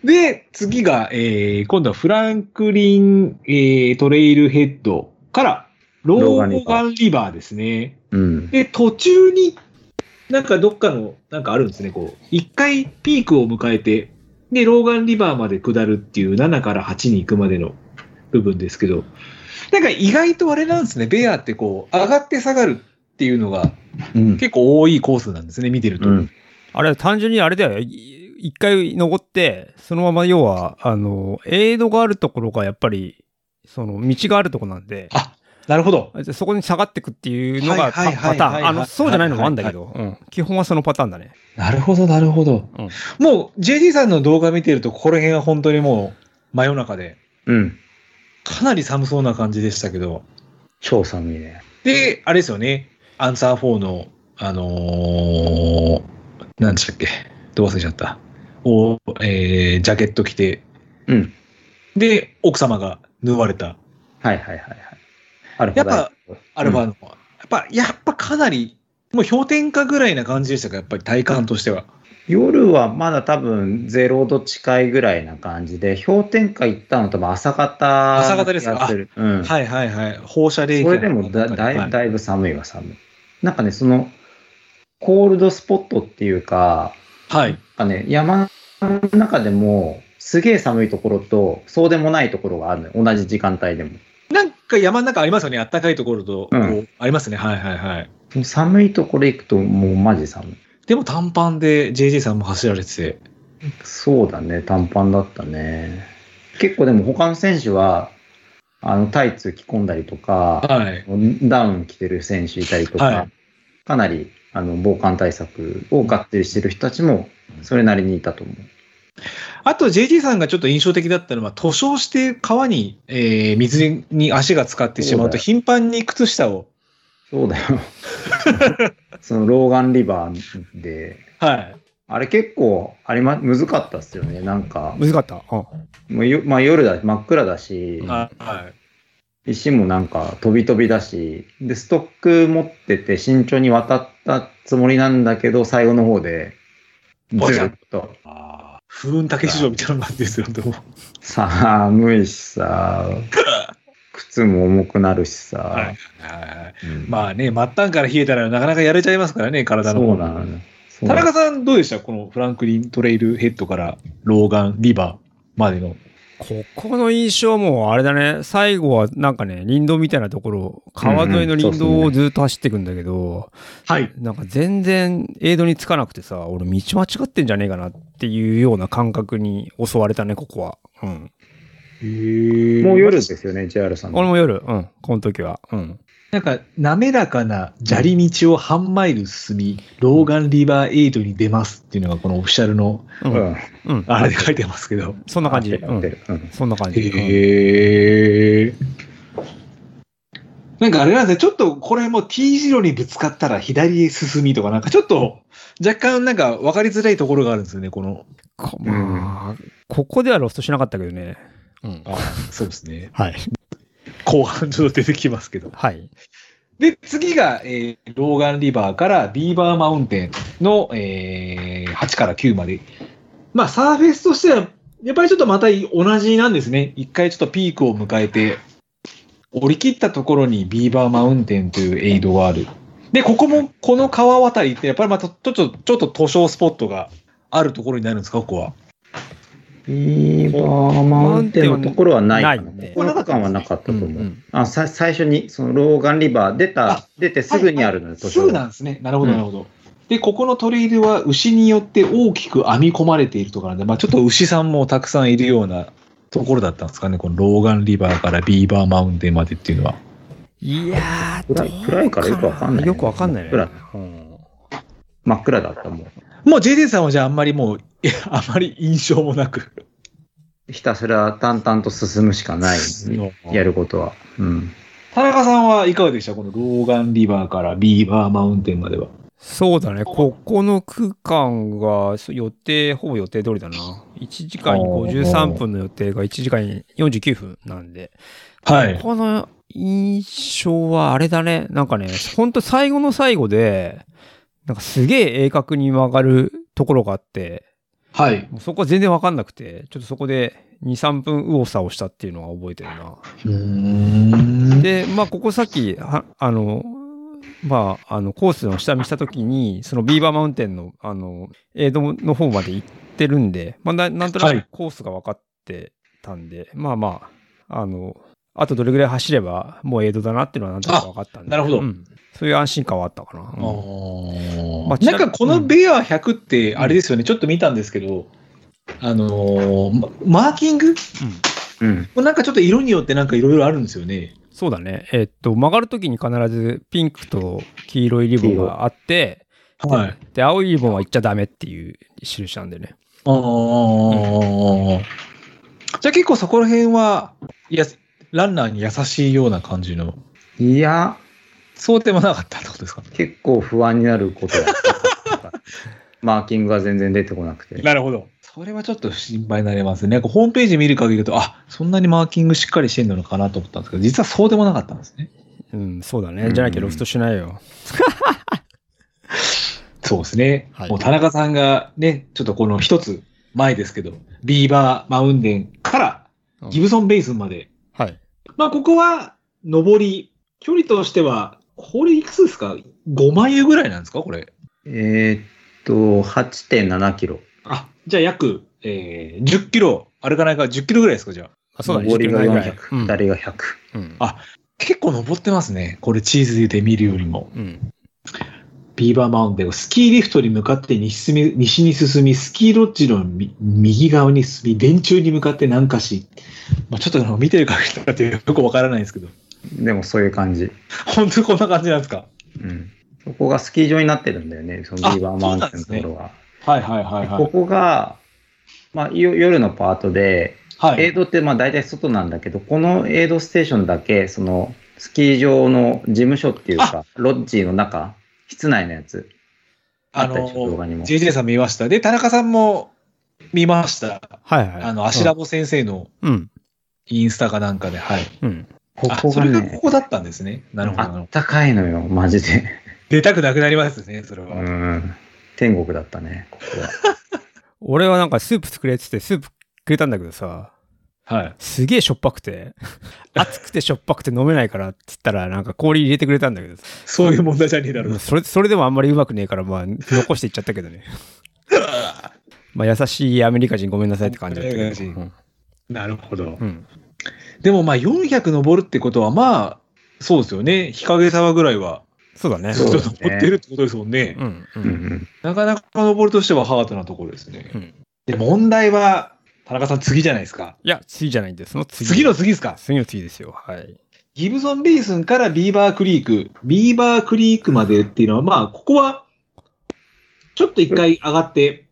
で、次が、えー、今度はフランクリン、えー、トレイルヘッドから、ローガンリバーですね。うん。で、途中に、なんかどっかの、なんかあるんですね、こう。一回ピークを迎えて、で、ローガンリバーまで下るっていう7から8に行くまでの部分ですけど、なんか意外とあれなんですね、ベアってこう、上がって下がるっていうのがうん。結構多いコースなんですね、見てると。うん。あれ、単純にあれだよ。い一回登って、そのまま要は、あの、エイドがあるところがやっぱり、その、道があるところなんで、あ、なるほど。じゃあそこに下がってくっていうのがはいはパいパはいはいターン。あの、そうじゃないのもあはいんはだいけど、うん基本はそのパターンだね。なるほど、なるほど。うんもう、JD さんの動画見てると、ここら辺は本当にもう、真夜中で、うん。かなり寒そうな感じでしたけど、超寒いね。で、あれですよね、アンサー4の、あのー、なんでしたっけ、どう忘れちゃった。を、えー、ジャケット着て、うん。で、奥様が縫われた、はいはいはいはい。アルフやァっぱダイアルファの、やっぱ、やっぱかなり、もう氷点下ぐらいな感じでしたか、やっぱり体感としては。夜はまだ多分0度近いぐらいな感じで、氷点下行ったの多分朝方。朝方ですかやってるうん。はいはいはい。放射冷却。それでもだだはいいだいぶ寒いは寒い。なんかね、その、コールドスポットっていうか、はい。なんかね、山の中でも、すげえ寒いところと、そうでもないところがあるのよ。同じ時間帯でも。なんか山の中ありますよね。あったかいところと、こうんうありますね。はいはいはい。その寒いところ行くと、もうマジ寒い。でも短パンで JJ さんも走られてて。そうだね、短パンだったね。結構でも他の選手は、あの、タイツ着込んだりとか、はい。ダウン着てる選手いたりとか、はかなり、あの、防寒対策をがっつりしてる人たちも、それなりにいたと思う。あと JJ さんがちょっと印象的だったのは、塗装して川に、えー水に足が浸かってしまうと、頻繁に靴下を。そうだよ。そのローガンリバーで、はい。あれ結構ありま、難かったっすよね。なんか、難かった。うんもうよまあ、夜だ真っ暗だし、はいはい。石もなんか飛び飛びだし、で、ストック持ってて慎重に渡ったつもりなんだけど、最後の方で、ぼずちゃんっと、あー風雲竹市場みたいな感じですよ、でも寒いしさ、靴も重くなるしさ、はいはいはいうんまあね、末端から冷えたらなかなかやれちゃいますからね、体のそ方うなのね。そう田なの中さんどうでしたこのフランクリントレイルヘッドからローガンリバーまでの。ここの印象もあれだね、最後はなんかね、林道みたいなところ、川沿いの林道をずっと走っていくんだけど、はい。なんか全然エイドにつかなくてさ、俺道間違ってんじゃねえかなっていうような感覚に襲われたね、ここは。うん。ももう夜ですよね、JR さん。俺も夜、うん、この時は。うん。なんか、滑らかな砂利道を半マイル進み、ローガンリバーエイドに出ますっていうのが、このオフィシャルの、う。うんん。うん。あれで書いてますけど。そんな感じ。合ってるう合ってん。るうんそんな感じ。うんへえ。なんかあれなんですね、ちょっとこれも T 字路にぶつかったら左へ進みとか、なんかちょっと若干なんか分かりづらいところがあるんですよね、この。こまあ、ここではロストしなかったけどね。うん。あそうですね。はい。後半ちょっと出てきますけど。はい。で、次が、えーローガンリバーからビーバーマウンテンの、えー8から9まで。まあ、サーフェスとしては、やっぱりちょっとまた同じなんですね。一回ちょっとピークを迎えて、折り切ったところにビーバーマウンテンというエイドがある。で、ここも、この川渡りって、やっぱりまたちょっと、ちょっと図書スポットがあるところになるんですか、ここは。ビーバーマウンテンのところはないかなないって。コロナ禍はなかったと思う。うんうんあさ最初に、そのローガンリバー出たあ、出てすぐにあるのよ、図す書ぐなんですね。なるほど、うんなるほど。で、ここのトレイルは牛によって大きく編み込まれているとかなんで、まあちょっと牛さんもたくさんいるようなところだったんですかね。このローガンリバーからビーバーマウンテンまでっていうのは。いやー、暗いどう暗いからよくわかんないねよくわかんないね。暗いうん真っ暗だったもん。もう JJ さんはじゃああんまりもう、 いやあまり印象もなく。ひたすら淡々と進むしか ない、やることは。うん。田中さんはいかがでしたこのローガンリバーからビーバーマウンテンまでは。そうだね、ここの区間がそう予定、ほぼ予定通りだな。1時間に53分の予定が1時間に49分なんで、はい。この印象はあれだね、なんかね、ほんと最後の最後で、なんかすげえ鋭角に曲がるところがあって、はい。もうそこは全然わかんなくて、ちょっとそこで2、3分右往左往したっていうのは覚えてるな。うん。で、まあ、ここさっき、はあの、まあ、あの、コースの下見したときに、そのビーバーマウンテンの、あの、エイドの方まで行ってるんで、まあ、ななんとはないくコースが分かってたんで、まあまあ、あの、あとどれぐらい走れば、もうエイドだなっていうのはなんとなく分かったんで。あなるほどうんそういう安心感はあったかな。うんまあちななかんこのベア100って、あれですよね、ちょっと見たんですけど、あのーまマーキングうんうん。なんかちょっと色によってなんかいろいろあるんですよね。そうだね。えっと、曲がるときに必ずピンクと黄色いリボンがあって、はい。で、青いリボンは行っちゃダメっていう印なんでね。ああ、じゃあ結構そこら辺は、いや、ランナーに優しいような感じの、いや、そうでもなかったってことですか結構不安になることだった。マーキングが全然出てこなくて。なるほど。それはちょっと心配になりますね。なんかホームページ見る限りだと、あそんなにマーキングしっかりしてんのかなと思ったんですけど、実はそうでもなかったんですね。うん、そうだうね。んじゃなきゃロフトしないよ。そうですね。はいもう田中さんがね、ちょっとこの一つ前ですけど、ビーバーマウンデンからうんギブソンベイスンまで。はい。まあ、ここは上り、距離としては、これいくつですか ?5 マイルぐらいなんですかこれ。えーっと、8.7キロ。あ、じゃあ約、えー10キロ、歩かないから10キロぐらいですかじゃあ。あ、そうだね。上りが10キロ400、ぐらい下りが100。うん。うんあ結構登ってますね。これチーズで見るよりも。うん。ビーバーマウンテンをスキーリフトに向かって西進み西に進み、スキーロッジのみ右側に進み、電柱に向かって南下し、まあ、ちょっとあの見てる限りとかってよくわからないんですけど、 でもそういう感じ。本当にこんな感じなんですかうん。そこがスキー場になってるんだよね、そのビーバーマウンテあンのそうなんですとねころは。はいはいはいはこい。こが、まあ、よ夜のパートで、はエイい、ドってまあ大体外なんだけど、このエイドステーションだけ、そのスキー場の事務所っていうか、ロッジーの中、室内のやつ。ああったでしょ動画にの、も JJ さん見ました。で、田中さんも見ました。はいはい。あの、アシラボ先生のうん。インスタかなんかで、はい。うん。こあ、こそがれがこね、こだったんですね。なるほどなあるほっど。たかいのよ、マジで。出たくなくなりますね、それうは。ん。天国だったね、こ こは。俺はなんかスープ作れっつってスープくれたんだけどさ、はい。すげえしょっぱく て、熱くてしょっぱくて飲めないからっつったらなんか氷入れてくれたんだけど、そういう問題じゃねえだろう。それ、それでもあんまりうまくねえから、まあ、残していっちゃったけど ね。まあ、優しいアメリカ人ごめんなさいって感じだったけど。アメリカなるほどう。ん。でもまあ400登るってことはまあそうですよね日陰沢ぐらいはそうだね。ずっそうとですね登ってるってことですもんねうん。う。うんうんん。なかなか登るとしてはハードなところですね、うん。で問題は田中さん次じゃないですかいや、次じゃないんです。その次。次の次ですか次の次ですよ。はい。ギブソンベースンからビーバークリークビーバークリークまでっていうのはまあここはちょっと一回上がって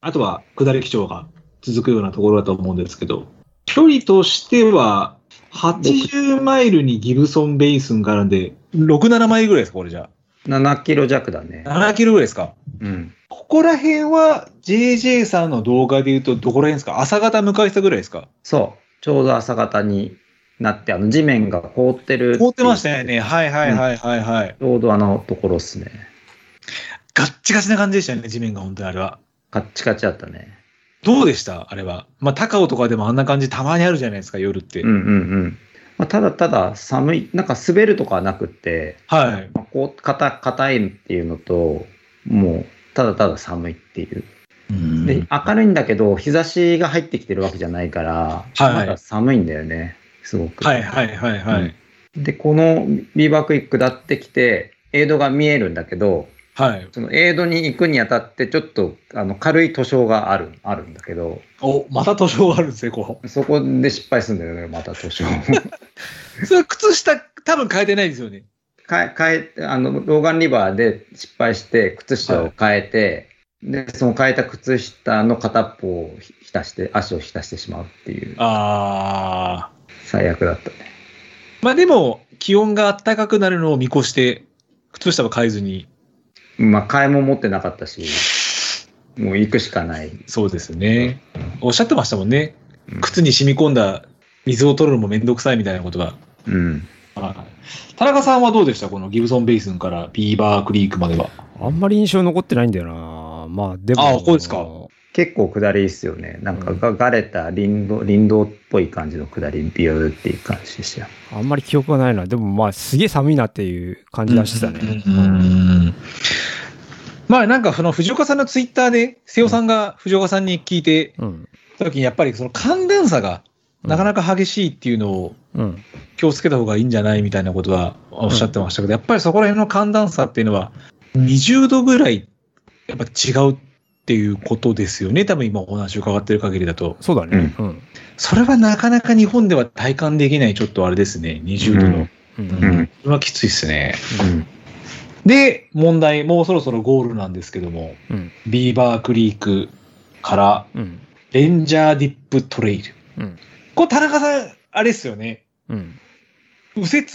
あとは下り基調が続くようなところだと思うんですけど距離としては80マイルにギブソンベースンがあるんで67マイルぐらいですかこれじゃあ7キロ弱だね。 7キロぐらいですか。うん。ここら辺は JJ さんの動画で言うとどこら辺ですか朝方向かい下ぐらいですかそう。ちょうど朝方になって、あの地面が凍ってる。凍ってましたよね。。はいはいはいはいはい。ちょうどあのところっすね。ガッチガチな感じでしたよね、地面が本当にあれは。カッチカチだったね。どうでしたあれは。まあ、高尾とかでもあんな感じたまにあるじゃないですか、夜って。うんうんうん。まあ、ただただ寒い、なんか滑るとかはなくって、はい。まあ、こう、硬、硬いっていうのと、もう、ただただ寒いっていう。うんで、明るいんだけど、日差しが入ってきてるわけじゃないから、はいまだ寒いんだよね、すごく。はいはいはいはい。で、このビーバークイック下ってきて、エイドが見えるんだけど、はい。そのエイドに行くにあたって、ちょっとあの軽い塗装があるあるんだけど、お、また塗装があるんですね、こそこで失敗するんだよね、また塗装。う。それは靴下、多分変えてないですよね。かえ変えあのローガン・リバーで失敗して靴下を変えて、でその変えた靴下の片っぽを浸して足を浸してしまうっていうああ。最悪だったねまあでも、気温が暖かくなるのを見越して、靴下は変えずに。まあ替えも持ってなかったしもう行くしかないそうですね。おっしゃってましたもんねうん。靴に染み込んだ水を取るのもめんどくさいみたいなことが。うん田中さんはどうでしたこのギブソンベイスンからビーバークリークまでは。あんまり印象残ってないんだよな。まあ、でも。あそうですか結構下りいいっすよねなんかががれた林道林道っぽい感じの下りビューっていう感じでしたよあんまり記憶がないな。でもまあ、すげえ寒いなっていう感じ出してたね。うんまあなんかその藤岡さんのツイッターで、瀬尾さんが藤岡さんに聞いてうん。た時にやっぱりその寒暖差がなかなか激しいっていうのをうん。気をつけた方がいいんじゃないみたいなことはおっしゃってましたけど、やっぱりそこら辺の寒暖差っていうのは20度ぐらいやっぱ違うっていうことですよね。多分今お話伺ってる限りだと。そうだね。うん。それはなかなか日本では体感できないちょっとあれですね。20度の。ううん。んううんそれはきついですね。うんで、問題、もうそろそろゴールなんですけども、うんビーバークリークからうん。レンジャーディップトレイル。うん。これ田中さん、あれですよね。うん。右折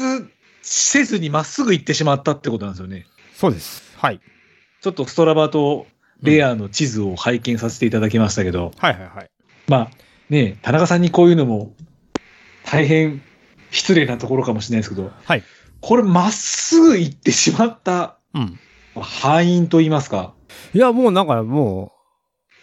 せずにまっすぐ行ってしまったってことなんですよね。そうです。はい。ちょっとストラバとレアの地図を拝見させていただきましたけど、はいはいはい。まあねえ、田中さんにこういうのも大変失礼なところかもしれないですけど、はいこれまっすぐ行ってしまったうん。敗因と言いますか。いや、もうなんかも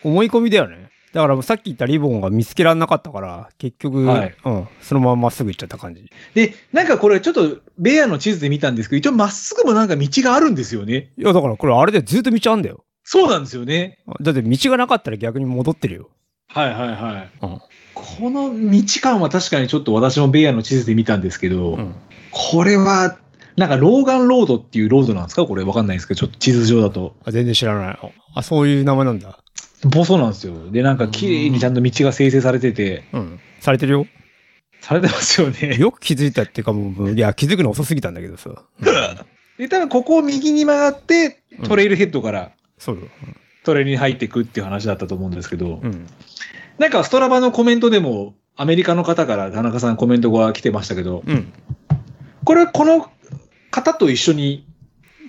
う、思い込みだよね。だからもうさっき言ったリボンが見つけられなかったから、結局、はいうん。そのまままっすぐ行っちゃった感じ。で、なんかこれちょっとレアの地図で見たんですけど、一応まっすぐもなんか道があるんですよね。いや、だからこれあれでずっと道あんだよ。そうなんですよね。だって道がなかったら逆に戻ってるよ。はいはいはい。うんこの道感は確かにちょっと私もベアの地図で見たんですけど、うん。これは、なんか、ローガンロードっていうロードなんですかこれわかんないですけど、ちょっと地図上だと。あ全然知らない。あ、そういう名前なんだ。暴走なんですよ。で、なんか、綺麗にちゃんと道が生成されてて、うん。されてるよ。されてますよね。よく気づいたっていうか、もう、いや、気づくの遅すぎたんだけどさ。 で、多分ここを右に曲がって、トレイルヘッドからそうだ。トレイルに入っていくっていう話だったと思うんですけど、うん。なんか、ストラバのコメントでも、アメリカの方から田中さんコメントが来てましたけど、うん。これ、この方と一緒に、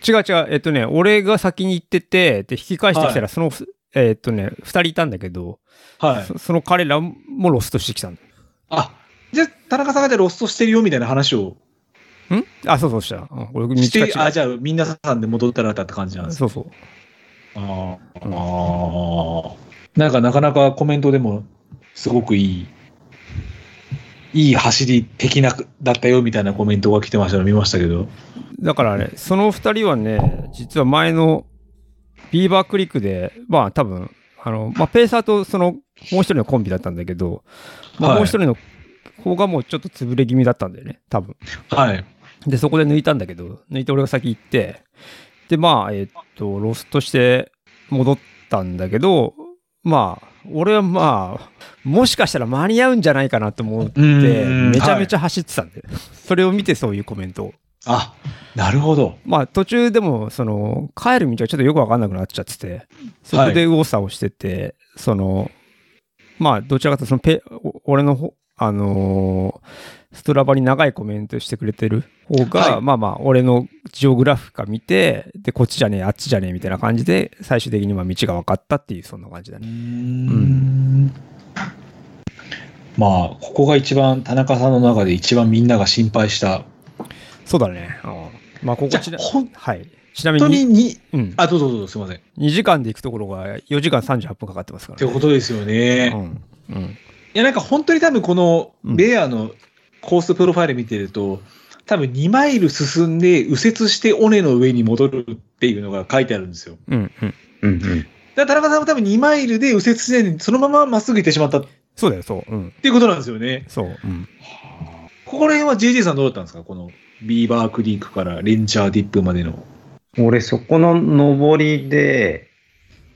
違う違う。えっとね、俺が先に行ってて、で、引き返してきたら、その、えっとね、二人いたんだけど、はい。そその彼らもロストしてきたんだ。あ、じゃあ田中さんがじゃあロストしてるよみたいな話をんあ、そうそうした。うん俺、道が違うして、あ、じゃあ、みんなさんで戻ったらだって感じなんですねそうそう。あうんあ。なんかなかなかコメントでもすごくいい、いい走り的なだったよみたいなコメントが来てましたの見ましたけど。だからね、その二人はね、実は前のビーバークリックで、まあ多分、あの、まあペーサーとそのもう一人のコンビだったんだけど、まあはいもう一人の方がもうちょっと潰れ気味だったんだよね、多分。はい。で、そこで抜いたんだけど、抜いて俺が先行って、で、まあ、えっと、ロストして戻ったんだけど、まあ、俺はまあ、もしかしたら間に合うんじゃないかなと思って、うんめちゃめちゃ走ってたんだよ。それを見てそういうコメントを。あ、なるほど。まあ途中でもその帰る道がちょっとよくわかんなくなっちゃっててそこで右往左往してて、そのまあどちらかというとそのペお俺のほあのーストラバに長いコメントしてくれてる方が、はいまあまあ俺のジオグラフか見てでこっちじゃねえあっちじゃねえみたいな感じで最終的にまあ道が分かったっていうそんな感じだね。ん。まあ、ここが一番、田中さんの中で一番みんなが心配した。そうだね。うんまあここじゃちあな本はいちなみ当ににに、うん、あ、どうぞどうぞ、すいません。っ2時間で行くところが4時間38分かかってますから、てね。ことですよね。うんうんいや、なんか本当に多分このうんベアのコースプロファイル見てると、多分2マイル進んで右折して尾根の上に戻るっていうのが書いてあるんですよ。うんうんうんうんだから田中さんは多分2マイルで右折せずにそのまままっすぐ行ってしまったっそうだよ、そう。うん。ていうことなんですよね。そう。うん。ここら辺は JJ さんどうだったんですかこのビーバークリークからレンチャーディップまでの。俺、そこの上りで、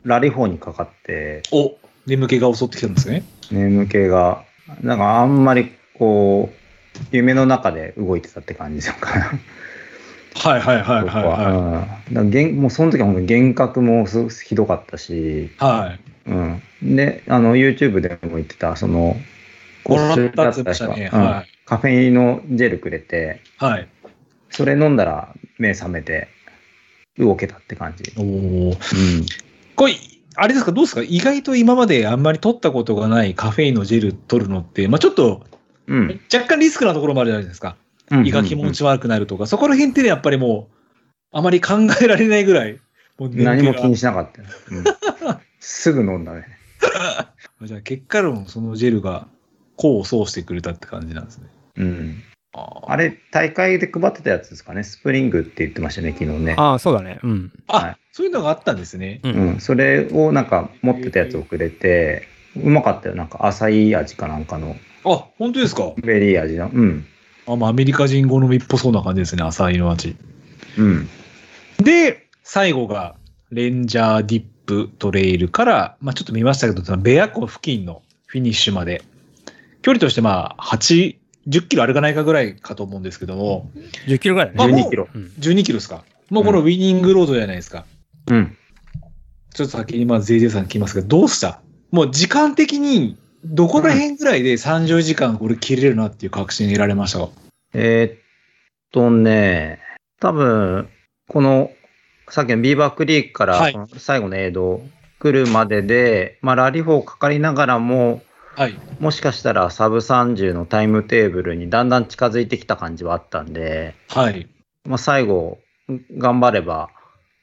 ラリホーにかかって、お眠気が襲ってきたんですね。眠気が、なんかあんまりこう、夢の中で動いてたって感じだから、はいはいはい僕はいはは。うんだからげんもうその時は本当に幻覚もすごくひどかったし、い。はい。うん。で、あの、YouTube でも言ってた、その、ご覧になってまし人たねうんはいカフェインのジェルくれて、はい。それ飲んだら目覚めて、動けたって感じ。おお。うん。これ、あれですかどうですか意外と今まであんまり取ったことがないカフェインのジェル取るのって、まあちょっとうん。若干リスクなところもあるじゃないですか。胃が気持ち悪くなるとか、そこら辺ってね、やっぱりもう、あまり考えられないぐらい、もう眠気が何も気にしなかったよ、うん すぐ飲んだね。じゃあ結果論、そのジェルが功を奏してくれたって感じなんですね。うん。ああれ、大会で配ってたやつですかね。スプリングって言ってましたね、昨日ね。ああ、そうだね。うん。はいそういうのがあったんですね。う。うんん。それをなんか持ってたやつをくれて、うまかったよ。なんか浅い味かなんかの、あ、本当ですかベリー味の。うん。あ、まあ、アメリカ人好みっぽそうな感じですね、浅いの味。うん。で、最後が、レンジャーディップトレイルから、まあ、ちょっと見ましたけど、そのベア湖付近のフィニッシュまで、距離としてまあ、8、10キロ歩かないかぐらいかと思うんですけども、 10キロぐらいだあね。もう12キロ。うん。 12キロですかもうこのウィニングロードじゃないですか。うん。ちょっと先にまあ JJ さん聞きますけど、どうしたもう時間的に、どこら辺ぐらいで30時間これ切れるなっていう確信得られましたかえーっとね、多分、この、さっきのビーバークリークから、はいこの最後のエイド来るまでで、まあ、ラリフォーかかりながらも、はい。もしかしたらサブ30のタイムテーブルにだんだん近づいてきた感じはあったんで、はい。まあ、最後、頑張れば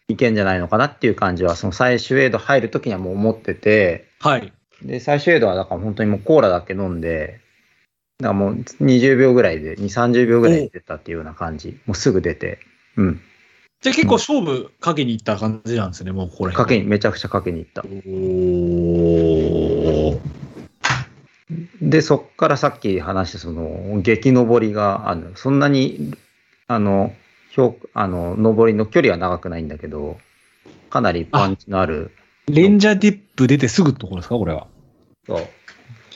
いけんじゃないのかなっていう感じは、その最終エイド入るときにはもう思ってて、はい。で、最終エイドはだから本当にもうコーラだけ飲んで、だからもう20秒ぐらいで、2、30秒ぐらいで出たっていうような感じ。もうすぐ出て。うん。じゃあ結構勝負かけに行った感じなんですね、もうこれ。かけに、めちゃくちゃかけに行った。おーで、そっからさっき話したその、激上りが、あの、そんなに、あの、標あの、上りの距離は長くないんだけど、かなりパンチのある、レンジャーディップ出てすぐってところですかこれは。そう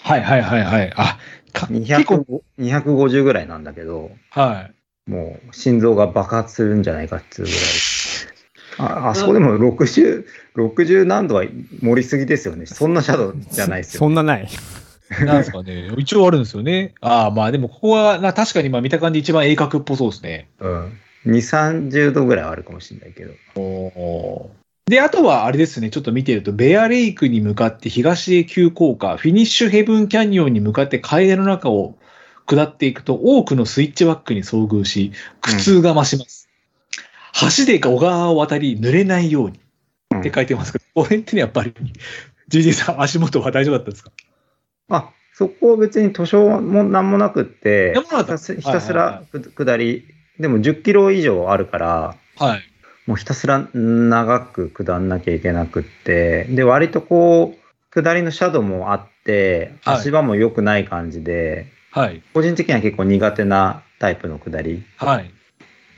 はいはいはいはい。あ、か結構、 200 250ぐらいなんだけど、はい。もう心臓が爆発するんじゃないかっていうぐらい。ああそこでも60、60何度は盛りすぎですよね。そんなシャドウじゃないですそよ、んなない。なんですかね。一応あるんですよね。ああ、まあでもここはな、確かにまあ見た感じ一番鋭角っぽそうですね。うん。2、30度ぐらいはあるかもしれないけど。で、あとはあれですね、ちょっと見てると、ベアレイクに向かって東へ急降下、フィニッシュヘブンキャニオンに向かって階段の中を下っていくと、多くのスイッチバックに遭遇し、苦痛が増します。橋で小川を渡り、濡れないようにって書いてますけど、これってね、やっぱり、ジジさん、足元は大丈夫だったんですかあ、そこ別に図書も何もなくって、何もなかひったたすひたすはいはいらく下り、でも10キロ以上あるから、はい。もうひたすら長く下んなきゃいけなくって、で、割とこう、下りのシャドウもあって、はい足場も良くない感じで、はい。個人的には結構苦手なタイプの下りはい。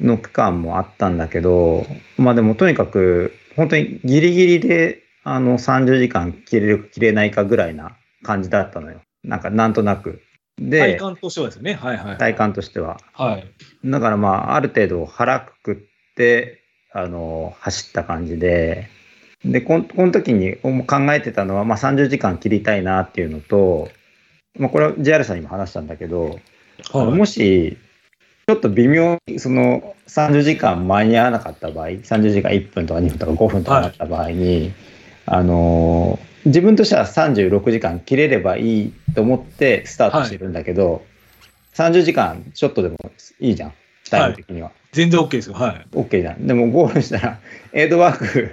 の区間もあったんだけど、まあでもとにかく、本当にギリギリで、あの、30時間切れるか切れないかぐらいな感じだったのよ。なんか、なんとなく。体で、感としてはですね。はいはい。体感としては。はい。だからまあ、ある程度腹くくって、あの、走った感じで、で、こんこの時にもう考えてたのは、まあ30時間切りたいなっていうのと、まあこれは JR さんにも話したんだけど、はい。もし、ちょっと微妙に、その30時間間に合わなかった場合、30時間1分とか2分とか5分とかなった場合に、あのー自分としては36時間切れればいいと思ってスタートしてるんだけど、30時間ちょっとでもいいじゃん、タイム的には。全然 OK ですよ。はい。 OK じゃん。でもゴールしたら、エイドワーク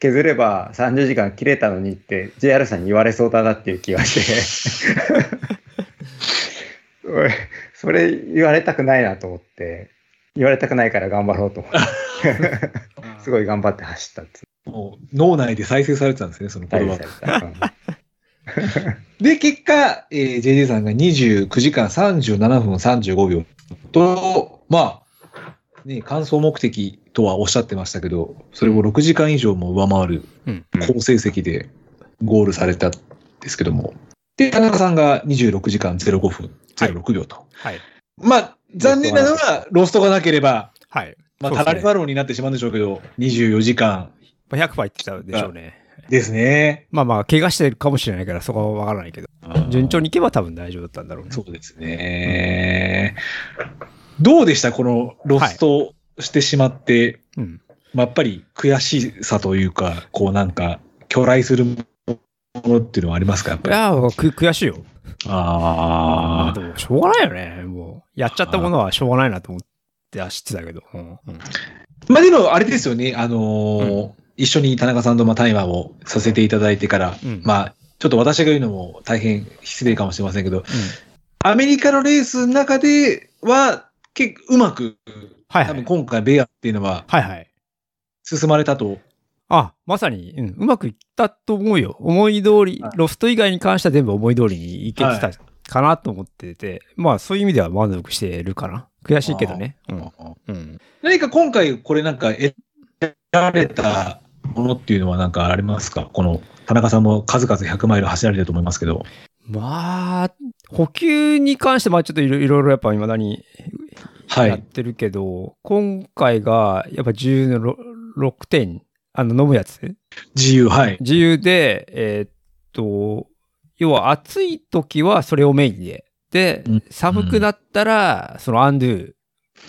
削れば30時間切れたのにって JR さんに言われそうだなっていう気がして、おいそれ言われたくないなと思って、言われたくないから頑張ろうと思って、すごい頑張って走ったっつうもう脳内で再生されてたんですね、その言葉が。うんで、結果、えー、JJ さんが29時間37分35秒と、まあ、ね、完走目的とはおっしゃってましたけど、それを6時間以上も上回るうん好成績でゴールされたんですけども。で、田中さんが26時間05分06秒と。はい。まあ、残念なのが、ロストがなければ、はい。まあ、そうですタねラリファローになってしまうんでしょうけど、24時間まあ100パーいってたでしょうね。ですね。まあまあ、怪我してるかもしれないから、そこはわからないけど、順調にいけば多分大丈夫だったんだろうね。そうですね。どうでしたこのロストしてしまって、うん。まあ、やっぱり悔しさというか、こうなんか、巨来するものっていうのはありますかやっいぱり。やー、く悔しいよ。あでも、しょうがないよね。もう、やっちゃったものはしょうがないなと思って走ってたけど。うん。うんーまあでも、あれですよね。あのー一緒に田中さんとまあタイマーをさせていただいてから、うんまあ、ちょっと私が言うのも大変失礼かもしれませんけど、うんアメリカのレースの中では、結構うまく、はいは多分い。今回ベアっていうのははいはい。進まれたとあ、まさに、うん、うまくいったと思うよ。思い通り、はいロスト以外に関しては全部思い通りにいけてはたかなと思ってて、まあそういう意味では満足してるかな。悔しいけどね。うん。うん。何か今回これなんか得られたものっていうのはなんかありますかこの田中さんも数々100マイル走られてると思いますけど。まあ、補給に関して、まあちょっといろいろいろやっぱ未だにはやっい。てるけど、今回がやっぱ自由のろ6点、あの飲むやつ自由、はい。自由で、えーっと、要は暑い時はそれをメインで、でうん、寒くなったら、そのアンドゥ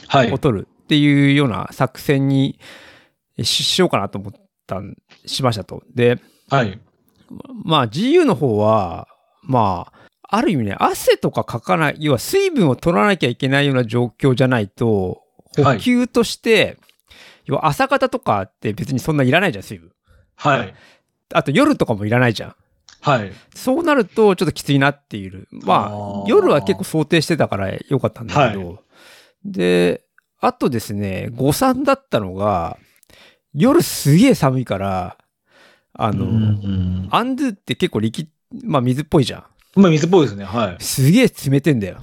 ー、はをい。取るっていうような作戦にししようかなと思ったん、しましたと。で、はい。まあ GU の方は、まあ、ある意味ね、汗とかかかない、要は水分を取らなきゃいけないような状況じゃないと、は補い給として、要は朝方とかって別にそんないらないじゃん、水分。はい。あと夜とかもいらないじゃん。はい。そうなるとちょっときついなっていう。まああー、夜は結構想定してたから良かったんだけど。で、あとですね、誤算だったのが、夜すげえ寒いから、ああの、アンドゥって結構力、まあ水っぽいじゃん。まあ水っぽいですね。はい。すげえ冷てんだよ。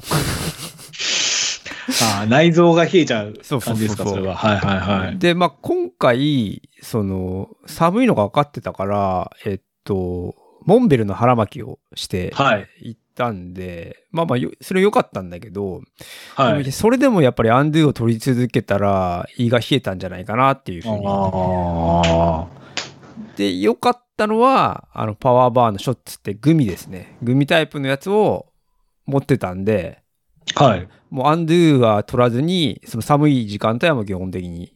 あー内臓が冷えちゃうそうそ感うそじでうそうすか、それは。はいはいはい。で、まあ今回、その、寒いのが分かってたから、えっと、モンベルの腹巻きをしてはい。行ったんで、まあまあよ、それ良かったんだけど、はでもい。それでもやっぱりアンドゥを取り続けたら胃が冷えたんじゃないかなっていうふうに。ああ。で、良かったのは、あの、パワーバーのショッツってグミですね。グミタイプのやつを持ってたんで、はい。もうアンドゥは取らずに、その寒い時間帯はもう基本的に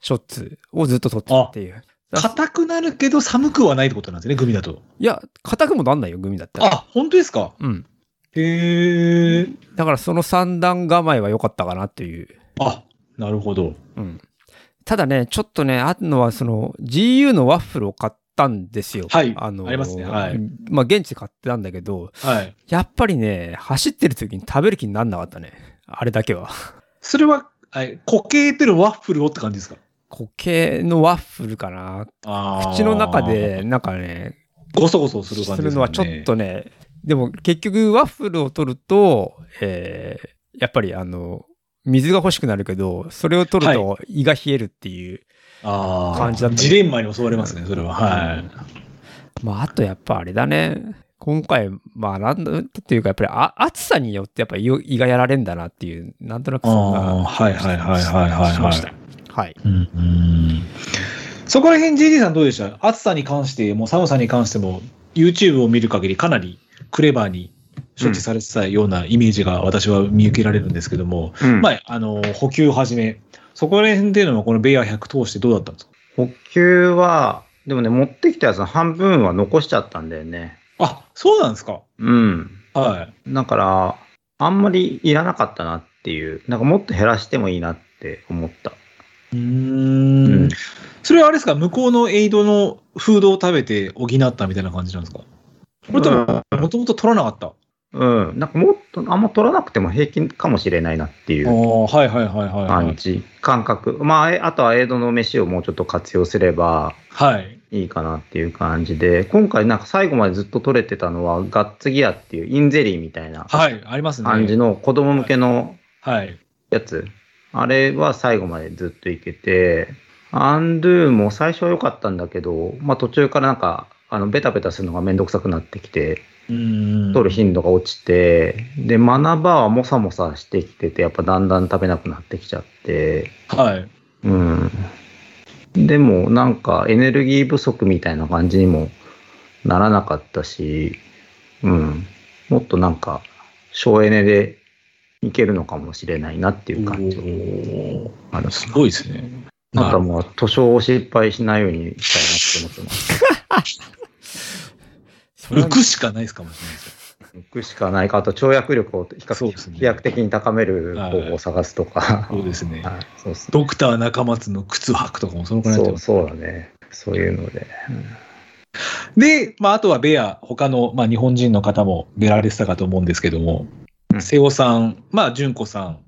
ショッツをずっと取ってたっていう。だから硬くなるけど寒くはないってことなんですね、グミだと。いや、硬くもなんないよ、グミだったら。あ、本当ですかうん。へえ。だからその三段構えは良かったかなっていう。あ、なるほど。うん。ただね、ちょっとね、あるのは、その、GU のワッフルを買ったんですよ。はいあの、ありますねはいまあ、現地で買ってたんだけど、はい。やっぱりね、走ってる時に食べる気になんなかったね。あれだけは。 それは、はい、固形てるワッフルをって感じですか固形のワッフルかな。口の中。で、なんかね、ごそごそすする感じるのはちょっとね、でも結局ワッフルを取ると、えーやっぱりあの、水が欲しくなるけど、それを取ると胃が冷えるっていう、あー感じだったジレンマに襲われますね、それは。はい。まあ、あとやっぱあれだね。今回、まあ、なんだっていうか、やっぱりあ暑さによってやっぱ胃を胃がやられんだなっていう、なんとなくそんああー、な。はいはいはいはいはい、しはましたい。。はい。うんうんそこら辺、JD さんどうでした暑さに関しても、寒さに関しても、YouTube を見る限りかなりクレバーに処置されてたようなイメージが私は見受けられるんですけども、うんまあ、あの、補給をはじめ、そこら辺っていうのはこのベア100通してどうだったんですか補給は、でもね、持ってきたやつの半分は残しちゃったんだよね。あ、そうなんですかうん。はい。だから、あんまりいらなかったなっていう、なんかもっと減らしてもいいなって思った。ううーん。それはあれですか向こうのエイドのフードを食べて補ったみたいな感じなんですかこれ多分、もともと取らなかった。うん。なんかもっと、あんま取らなくても平均かもしれないなっていあうあ、はいはいはいはい、は感い。じ、感覚。まあえ、あとはエイドの飯をもうちょっと活用すればはい。いいかなっていう感じで、今回なんか最後までずっと取れてたのは、ガッツギアっていうインゼリーみたいなはい、ありますね。感じの子供向けのはい。やつ。あれは最後までずっといけて、アンドゥも最初は良かったんだけど、まあ途中からなんか、あの、ベタベタするのがめんどくさくなってきて、うん。取る頻度が落ちて、で、マナバーはもさもさしてきてて、やっぱだんだん食べなくなってきちゃって、はい。うん。でも、なんかエネルギー不足みたいな感じにもならなかったし、うん。もっとなんか、省エネでいけるのかもしれないなっていう感じおーあるすごいですね。あとはもう、図書を失敗しないようにしたいなって思ってます。それは浮くしかないですかもしれないですよ。行くしかないか、あと、跳躍力を比較そう的ですね飛躍的に高める方法を探すとか。そうですね。 はい、そうですね。ドクター中松の靴履くとかもそのくらいになっそてう、ます。そうだね。そういうので。で、まあ、あとはベア、他の、まあ、日本人の方も出られてたかと思うんですけども、うん瀬尾さん、まあ、純子さん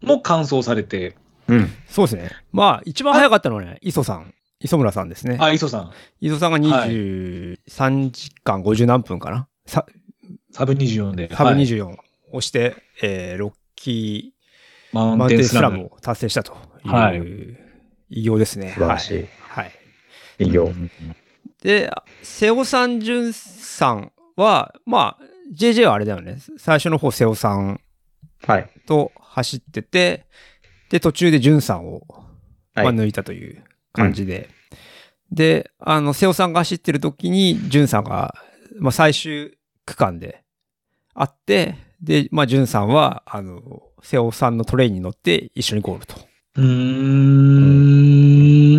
も完走されて、うん。そうですね。まあ、一番早かったのはね、磯さん、磯村さんですね。あ、磯さん、磯さんがは23時間50何分かな。さサブ24で、サブはい24をして、えーロッキーママウンウテンテンンススララムム。を達成したという、は偉業ですね。素晴らしいはい。はい偉業。で、瀬尾さん、淳さんは、まあ、JJ はあれだよね。最初の方、瀬尾さんはい。と走ってて、で、途中で淳さんを、はいまあ抜いたという感じで。で、あの、瀬尾さんが走ってる時に、淳さんが、まあ、最終区間で会って、で、まあ、淳さんは、あの、瀬尾さんのトレインに乗って一緒にゴールと。うーん。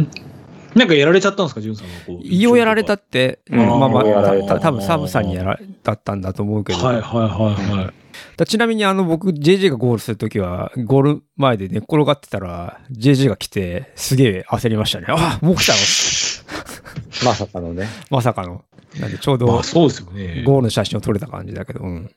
なんかやられちゃったんですか、淳さんはこう。胃をやられたって、うんまあまあ胃をやられ、たた多分サムさんにやられたったんだと思うけど、はいはいはいはい。だちなみにあの僕 JJ がゴールするときはゴール前で寝っ転がってたら JJ が来てすげえ焦りましたねあも う来たのまさかのね。まさかのなんでちょうどまゴあそうですよね。ールの写真を撮れた感じだけど、うん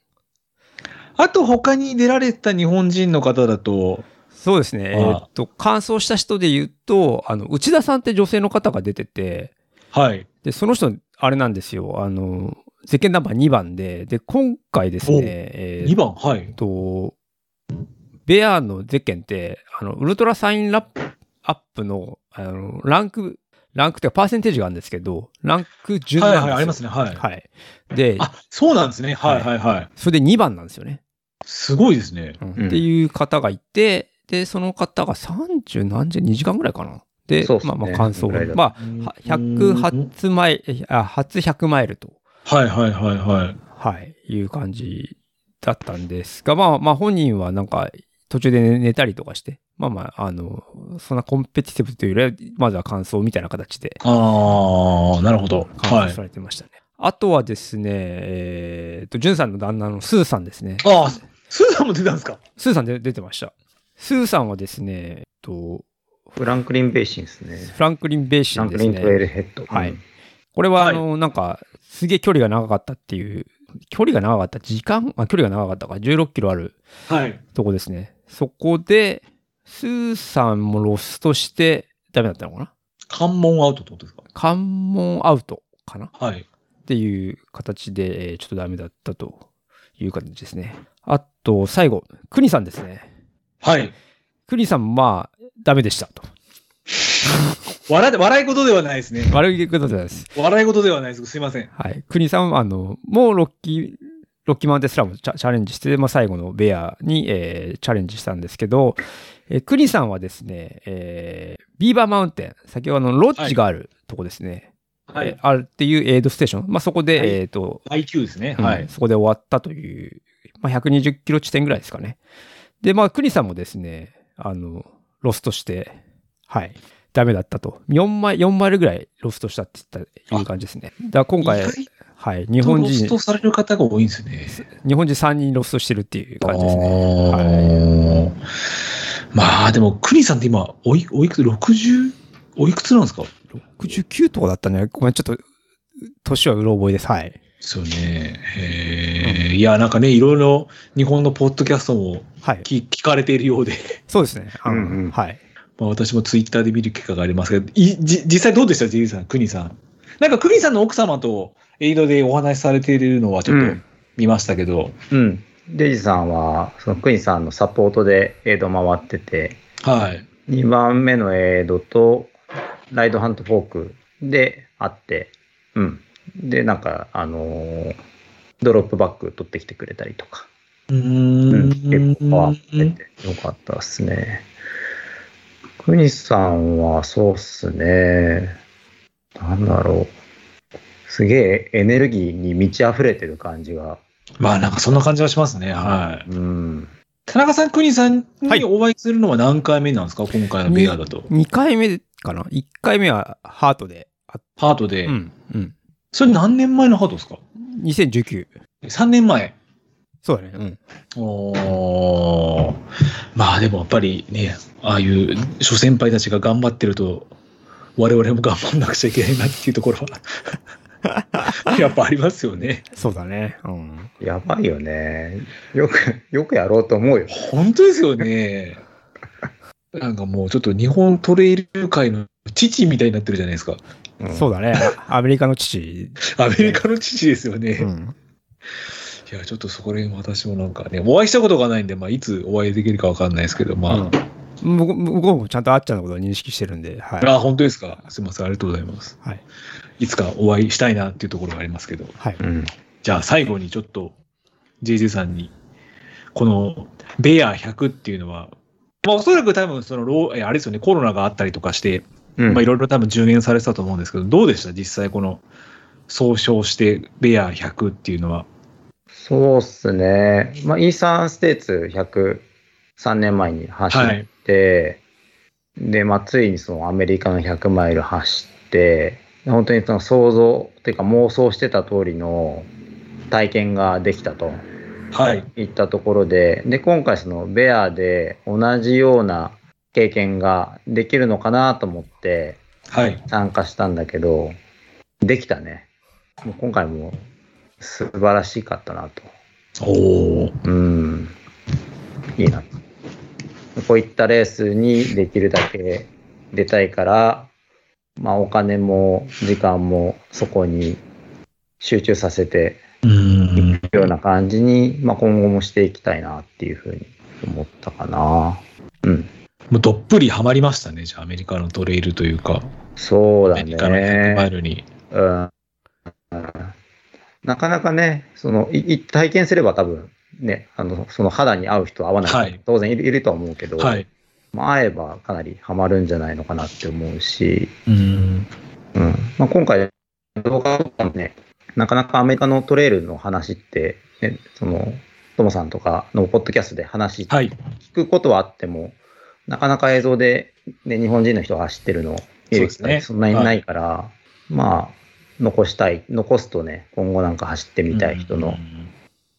あと他に出られた日本人の方だと、そうですねえああーっと完走した人で言うとあの内田さんって女性の方が出ててはい。でその人あれなんですよあのゼッケンナンバー2番でで今回ですねおえー2番、はいえっ。と、ベアのゼッケンって、あの、ウルトラサインラップアップの、あの、ランク、ランクっていうかパーセンテージがあるんですけど、ランク順なはいんですよ。はい、ありますね。はい。はい。で、あ、そうなんですね。はいはいはい。それで2番なんですよね。すごいですね。うんうんっていう方がいて、で、その方が30何時、2時間ぐらいかな。で、そうっすねまあまあ感想ぐらいだとまあ、はうん100初マイル、あ、初100マイルと。はいはいはいはい。はい、いう感じだったんですが、まあまあ本人はなんか途中で寝寝たりとかして、まあまあ、あの、そんなコンペティティブというよりは、まずは感想みたいな形であー、なるほど。感は想いさ。れてましたね。あとはですね、えー、っと、ジュンさんの旦那のスーさんですね。あー、スーさんも出たんですかスーさんで出てました。スーさんはですね、えっと、フランクリン・ベーシンですね。フランクリン・ベーフシランンクでリすン・トレイね。ルヘッド。はいうんこれは、はあいの、なんか、すげえ距離が長かったっていう、距離が長かった、時間、あ距離が長かったか、16キロあるはい。とこですね。そこで、スーさんもロストしてダメだったのかな関門アウトってことですか関門アウトかなっはい。ていう形で、えーちょっとダメだったという感じですね。あと、最後、クニさんですね。はい。クニさん、まあ、ダメでしたと。笑い、笑い事ではないですね。悪いことじゃないです。笑い事ではないです。すいません。はい。クニさんは、あの、もうロッキー、ロッキーマウンテンスラムチャチャレンジして、まあ、最後のベアに、えーチャレンジしたんですけど、えー、クニさんはですね、えービーバーマウンテン、先ほどあのロッジがあるとこですね、はえーい。あるっていうエイドステーション、まあ、そこで、はいえっ、と、 IQ ですね。うんはい。そこで終わったという、まあ、120キロ地点ぐらいですかね。で、まあ、クニさんもですね、あの、ロストして、はい、ダメだったと。4マイル、4マイルぐらいロストしたって言った、いう感じですね。だから今意回外、はい、日と本ロスト人、される方が多いんですね。日本人3人ロストしてるっていう感じですね。あーまあでも、クニさんって今、おいおいくつ、60? おいくつなんですか69とかだったね。ごめん、ちょっと、年はうろ覚えです。はい。そうね。えーいや、なんかね、いろいろ日本のポッドキャストもはい。聞聞かれているようで、 そうですね。あのうんうんはい。まあ、私もツイッターで見る結果がありますけど、いじ実際どうでした、ジェリーさん、クニさん。なんかクニさんの奥様とエイドでお話しされているのはちょっと見ましたけど、うん。デジさんは、そのクイさんのサポートでエイド回ってて、はい。 2番目のエイドと、ライドハントフォークで会って、うん。で、なんか、あのードロップバック取ってきてくれたりとか、ううんん。結構会ってて、よかったですね。クニさんは、そうっすね。なんだろう。すげえエネルギーに満ち溢れてる感じが。まあなんかそんな感じはしますね。はい。うん。田中さん、国さんはいにお会いするのは何回目なんですか、今回のベアだと。 2回目かな ?1 回目はハートで。あハートで、うん。うん。それ何年前のハートですか2019。 ?3 年前。そうだね。うん。おーまあでもやっぱりね、ああいう諸先輩たちが頑張ってると、我々も頑張んなくちゃいけないなっていうところ は、やっぱありますよね。そうだね。うん。やばいよね。よく、よくやろうと思うよ。本当ですよね。なんかもうちょっと日本トレイル界の父みたいになってるじゃないですか。そううだね。アメリカの父。アメリカの父ですよね。うん。いや、ちょっとそこら辺私もなんかね、お会いしたことがないんで、まあ、いつお会いできるかわかんないですけど、まあ、僕向こうもちゃんとあっちゃんのことを認識してるんで、はい。あ、本当ですか。すいません、ありがとうございます。はい。いつかお会いしたいなっていうところがありますけど、はい。だ。うん。じゃあ最後にちょっと、JJ さんに、この、ベア100っていうのは、まあ、おそらく多分、そのロー、えあれですよね、コロナがあったりとかして、うんまあ、いろいろ多分順延されてたと思うんですけど、どうでした実際この、総称して、ベア100っていうのは。そうっすね。まあ、イーサンステーツ103年前に走って、で、まあ、ついにそのアメリカの100マイル走って、本当にその想像、っていうか妄想してた通りの体験ができたと。はい。行ったところで、で、今回そのベアで同じような経験ができるのかなと思ってはい。参加したんだけど、できたね。もう今回も素晴らしかったなと。おー。うん。いいな。こういったレースにできるだけ出たいから、まあお金も時間もそこに集中させてうーん。ような感じに、まあ、今後もしていきたいなっていうふうに思ったかな。うん。もうどっぷりハマりましたね、じゃあ、アメリカのトレイルというか、そうアだメリカの100マイね。ルに。うん。なかなかね、その、いい体験すれば多分、ね、あの、その肌に合う人合わない人、はい当然いるいるとは思うけど、はい。まあ、会えばかなりハマるんじゃないのかなって思うし、うん。うん。まあ、今回、動画とかもね、なかなかアメリカのトレイルの話って、ね、その、トモさんとかのポッドキャストで話はい。聞くことはあっても、なかなか映像で、ね、日本人の人が走ってるのを見る機そうですね会そんなにはいないから、まあ、残したい、残すとね、今後なんか走ってみたい人うのん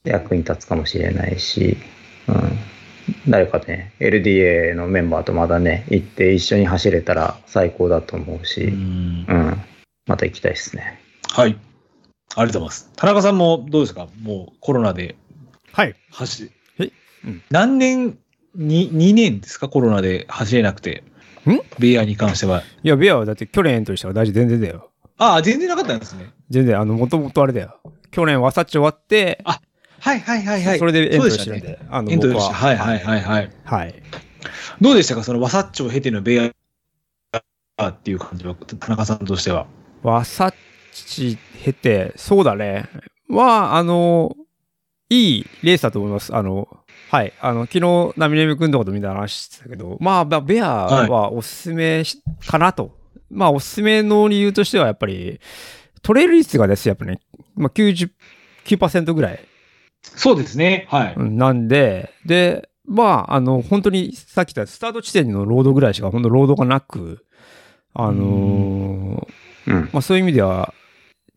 役に立つかもしれないし、うん、誰かね、LDA のメンバーとまだね、行って一緒に走れたら最高だと思ううし、んうん、また行きたいですね。はい。ありがとうございます。田中さんもどうですかもうコロナではい。走りえうん何年に、2年ですかコロナで走れなくて。んベアに関しては。いや、ベアはだって去年としては大事全然だよ。ああ、全然なかったんですね。全然、あの、もともとあれだよ。去年、ワサッチ終わって、あはいはいはいはい。それでエントリーしてるんそうで、あしたの、ねエントリー僕しは、て、はいはいはいはい。はい。どうでしたかそのワサッチを経てのベアっていう感じは、田中さんとしては。ワサッチ経て、そうだね。は、あの、いいレースだと思います。あの、はい。あの、昨日、ナミネミ君とかとみんな話してたけど、まあ、まあベアはおすすめしかなと。まあ、おすすめの理由としては、やっぱり、トレイル率がですねやっぱね、まあ、99%ぐらいそうですね。はい。うんなんで、で、まあ、あの、本当にさっき言ったスタート地点のロードぐらいしか、本当ロードがなく、あのーうん。まあそういう意味では、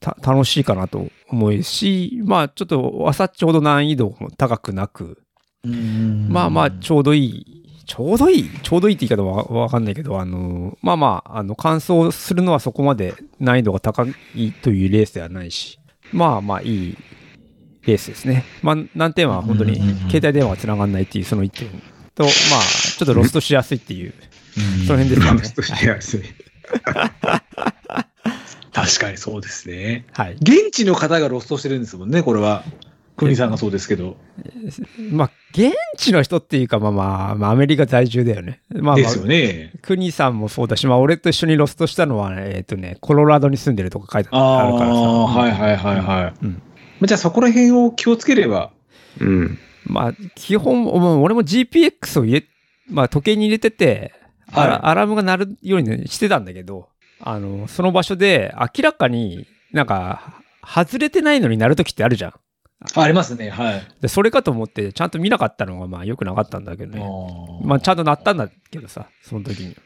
た楽しいかなと思うし、まあちょっと、わさっちほど難易度も高くなく、まあまあちょうどいい、ちょうどいい、ちょうどいいって言い方はわわかんないけど、あのー、まあまあ、あの、完走するのはそこまで難易度が高いというレースではないし、まあまあいいレースですね。まあ、難点は本当にうんうんうん携帯電話が繋がんないっていうその一点と、まあ、ちょっとロストしやすいっていう、その辺ですかねロストしやす い。 確かにそうですね。はい。現地の方がロストしてるんですもんね、これは。国さんがそうですけど。まあ、現地の人っていうか、まあまあ、まあ、アメリカ在住だよね。まあ、でまあす、よね。国さんもそうだし、まあ、俺と一緒にロストしたのは、えっ、とね、コロラドに住んでるとか書いてあああるからさ。ー、はいはいはいはい。うんまあじゃあそこら辺を気をつければ。うん。まあ、基本、まあ俺も GPX を入れ、まあ、時計に入れてて、アラはいアラームが鳴るようにしてたんだけど、あの、その場所で明らかになんか、外れてないのに鳴るときってあるじゃん。ありますね、はい。で、それかと思って、ちゃんと見なかったのが、まあ、良くなかったんだけどね。まあ、ちゃんと鳴ったんだけどさ、その時に。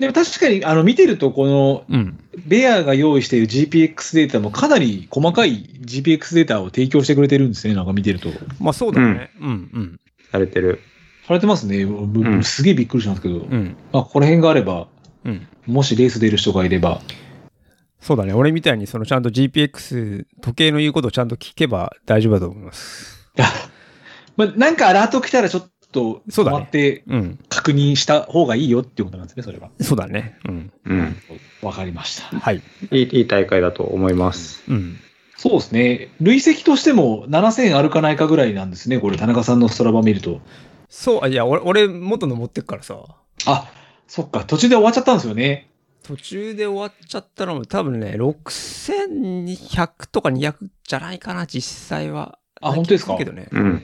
でも確かにあの見てると、このうん。ベアが用意している GPX データもかなり細かい GPX データを提供してくれてるんですね、なんか見てると。まあ、そうだね。うん、うん、されてる。されてますね。もうぶうんすげえびっくりしたんですけど。うん、まあ、この辺があれば、うん。もしレース出る人がいれば。そうだね。俺みたいに、その、ちゃんと GPX、時計の言うことをちゃんと聞けば大丈夫だと思います。まあ、なんかアラート来たらちょっと、そうだねってうん。確認した方がいいよっていうことなんですね、それは。そうだね。うん。うん。わかりました。はい。いい、いい大会だと思います。うん。そうですね。累積としても7000あるかないかぐらいなんですね、これ、田中さんのストラバ見ると。そう、あいや、俺、俺、元の持ってくからさ、あ、そっか、途中で終わっちゃったんですよね。途中で終わっちゃったのも多分ね、6200とか200じゃないかな、実際は。あ本当ですかけどね。うん。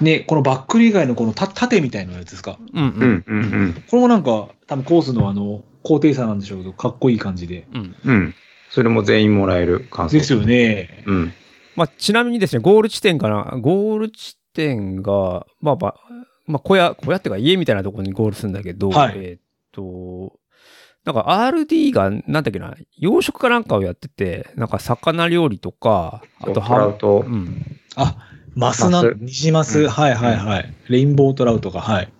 ね、このバックル以外のこのた縦みたいなやつですか。うんううんん。。うん。これもなんか、多分コースのあの、高低差なんでしょうけど、かっこいい感じで。うん。うん。それも全員もらえる感想。ですよね。うん。まあ、ちなみにですね、ゴール地点かな、ゴール地点が、まあまあ、まあ、小屋、小屋っていうか家みたいなところにゴールするんだけど、はいえーっと、なんか RD が、なんだっけな、養殖かなんかをやってて、なんか魚料理とか、あとトラウトう、ん。あ、マスなマス、ニジマス、うんはいはいはい。レインボートラウトか、はい。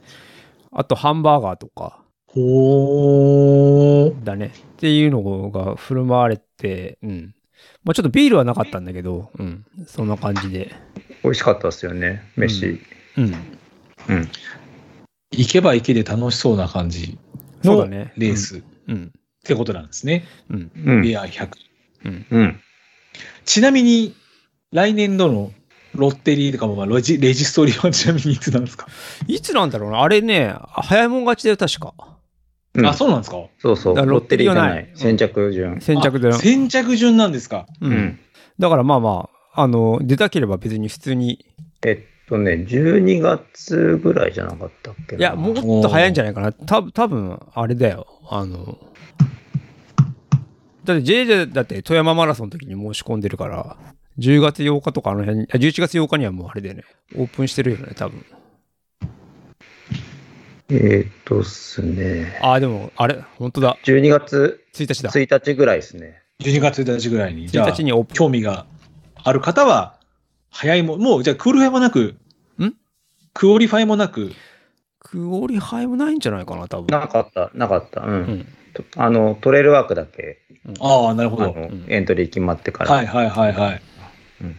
あとハンバーガーとか。ほー。だね。っていうのが振る舞われて、うん。まあちょっとビールはなかったんだけど、うん。そんな感じで。美味しかったですよね。飯。うん。うん。行けば行けで楽しそうな感じそうのだね。レー。スっうん。てことなんですね。うん。うんベア100。うん。うん。ちなみに、来年度のロッテリーとかも、まあ、レジレジストリーは ちなみにいつなんですか、いつなんだろうな。あれね、早いもん勝ちだよ、確か。うんあ、そうなんですかそうそう。だからロッテリーじゃなロッテリーはないい。先着順。先着だよあ。先着順なんですかう。。うんだからまあまあ、あの、出たければ別に普通に。えっとね、12月ぐらいじゃなかったっけいや、もっと早いんじゃないかな。た多分あれだよ。あの、だって JJ だって富山マラソンの時に申し込んでるから、10月8日とかあの辺に、あ11月8日にはもうあれだよね。オープンしてるよね、多分。えーっとっすね。ああ、でも、あれ、本当だ。 12月1日だ。 1日ぐらいですね。 ?12 月1日ぐらいに。じゃあ1日、にオープン。興味がある方は、早いもん、もう、じゃあ、クールファイもなく、んクオリファイもなく、クオリハイもないんじゃないかな、多分。なかった、なかった。う。うんん。とあの、トレイルワークだけ、ああ、なるあほど。のん、エントリー決まってから。はいはいはいはい。うん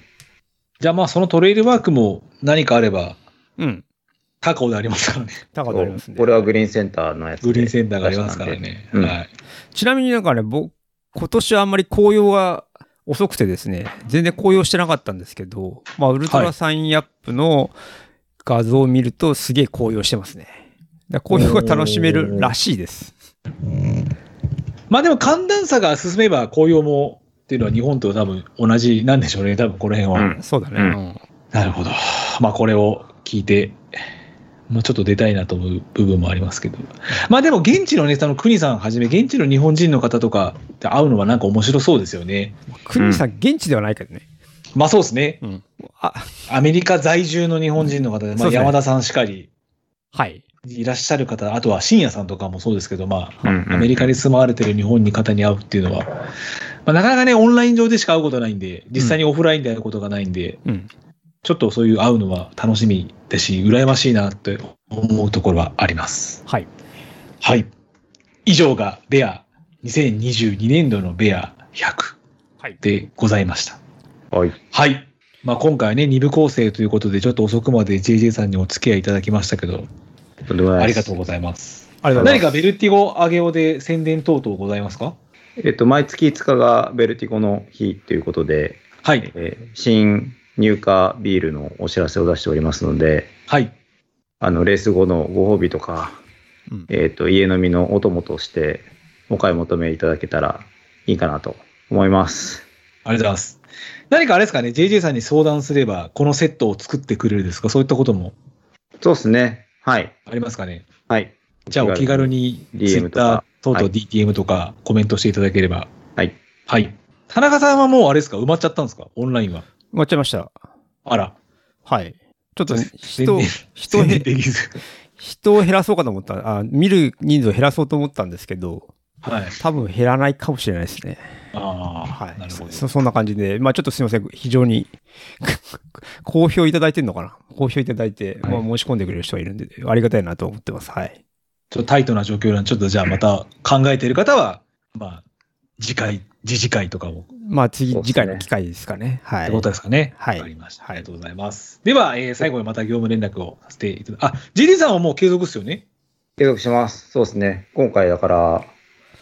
じゃあ、まあ、そのトレイルワークも何かあれば、うん。高尾でありますからね。高くそなうりますねこ。れはグリーンセンターのやつで。グリーンセンターがありますからね。うんはい。ちなみになんかね、僕、今年はあんまり紅葉が遅くてですね、全然紅葉してなかったんですけど、まあ、ウルトラサインアップの画像を見ると、すげえ紅葉してますね。だから紅葉が楽しめるらしいです。まあでも寒暖差が進めば紅葉もっていうのは日本と多分同じなんでしょうね、多分この辺は。うんそうだね。うんうんなるほど。まあこれを聞いて、もうちょっと出たいなと思う部分もありますけど。まあでも現地のね、その国さんはじめ、現地の日本人の方とかって会うのはなんか面白そうですよね。クニさん、現地ではないけどね。まあそうですね。うん。あ、アメリカ在住の日本人の方で、まそうあですね山田さんしかりはい。いらっしゃる方、あとは深夜さんとかもそうですけど、まあうんうんアメリカに住まわれてる日本に方に会うっていうのは、まあ、なかなかね、オンライン上でしか会うことないんで、実際にオフラインで会うことがないんで、うん。ちょっとそういう会うのは楽しみだし、羨ましいなって思うところはあります。はい。はい。以上がベア、2022年度のベア100はい。でございました。はい。はい。まあ今回ね、2部構成ということで、ちょっと遅くまで JJ さんにお付き合いいただきましたけど、とんでもあないりですがとうございます。ありがとうござい何まかベルティゴ上げおで宣伝等々ございますかえっと、毎月5日がベルティゴの日ということで、はい。えー新入荷ビールのお知らせを出しておりますので、はい。あの、レース後のご褒美とか、す。うんえっと、家飲みのお供としてお買い求めいただけたらいいかなと思います。ありがとうございます。何かあれですかね、JJ さんに相談すれば、このセットを作ってくれるですかそういったこともそうですね。はい。ありますかねはい。じゃあ、お気軽に DM と Twitter か等々はい DTM とかコメントしていただければ。はい。はい。田中さんはもうあれですか埋まっちゃったんですかオンラインは。終わっちゃいました。あら。はい。ちょっとね全人を然、人を全然へ、できず。人を減らそうかと思った。あ、見る人数を減らそうと思ったんですけど、はい。多分減らないかもしれないですね。ああ、はい。なるほど。そそんな感じで、まあちょっとすいません。非常に 好評いただいてるのかな好評いただいて、はいまあ申し込んでくれる人がいるんで、ありがたいなと思ってます。はい。ちょっとタイトな状況なんで、ちょっとじゃあまた考えている方は、まあ、次回、次次回とかもまあ次、そうです次ね回の機会ですかね。はっいてこ。とですかね。はいわかりました。あはいりがとうございます。では、えー最後にまた業務連絡をさせていただきあ、ジリーさんはもう継続ですよね。継続します。そうですね。今回だから、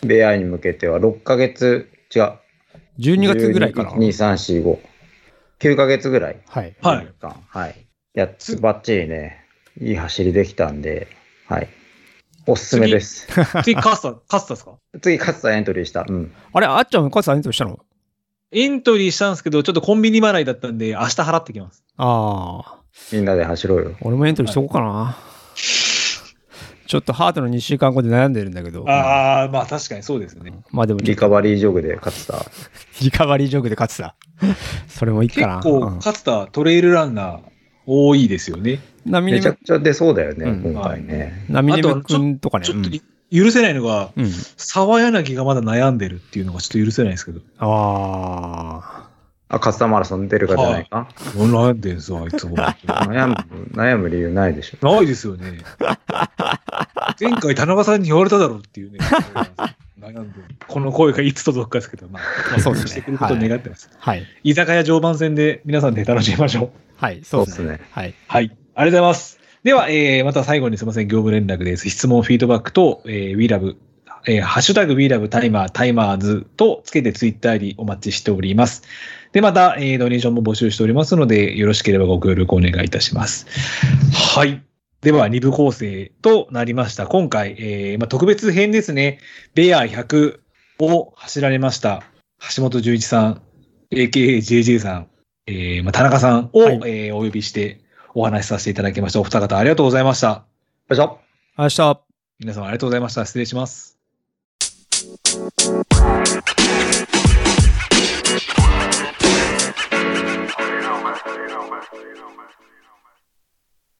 米愛に向けては6ヶ月、違う。 12月ぐらいから。 2、3、4、5。9ヶ月ぐらい。はい。はい。間。はい。やっつ、ばっちりね、いい走りできたんで、はい。おすすめです。次、カス タ、カスタですか 次、勝田エントリーした。うん。あれ、あっちゃん、お母さんエントリーしたのエントリーしたんですけど、ちょっとコンビニ払いだったんで、明日払ってきます。ああ。みんなで走ろうよ。俺もエントリーしとこうかな。ちょっとハートの2週間後で悩んでるんだけど。ああ、まあ確かにそうですね。まあでも、リリカバリージョグで勝田。カバリージョークで勝ってた。それもいい結かな。構、カスタ、トレイルランナー多いですよね。うん、ナミネめちゃムくちゃ出そうだよね、うん今回ね。ナミネム君とかね。ちょっとうん許せないのが、うん。沢柳がまだ悩んでるっていうのがちょっと許せないですけど。ああ、勝田マラソン出るかじゃないか。悩んでんすよ、あい つも。悩む、悩む理由ないでしょ。ないですよ ね。前回田中さんに言われただろうっていう ね。悩んでるこの声がいつ届くかですけど、まあ、そうですねしてくれることを願ってます。あ。はい。居酒屋常磐戦で皆さんで楽しみましょう。はい。そそううでですすね。ね。はい。はい。ありがとうございます。では、えー、また最後にすみません、業務連絡です。質問、フィードバックと、えー、WeLove、えー、ハッシュタグ WeLove タイマー、タイマーズとつけてツイッターにお待ちしております。で、また、えー、ドネーションも募集しておりますので、よろしければご協力お願いいたします。はい。では、2部構成となりました。今回、えー、まあ、特別編ですね。ベア100を走られました。橋本十一さん、AKAJJ さん、えー、まあ、田中さんを、はいえーお呼びしてお話しさせていただきました。お二方ありがとうございました。よいしょ。明日。皆様ありがとうございました。失礼します。 You know, man. You know, man. You know, man.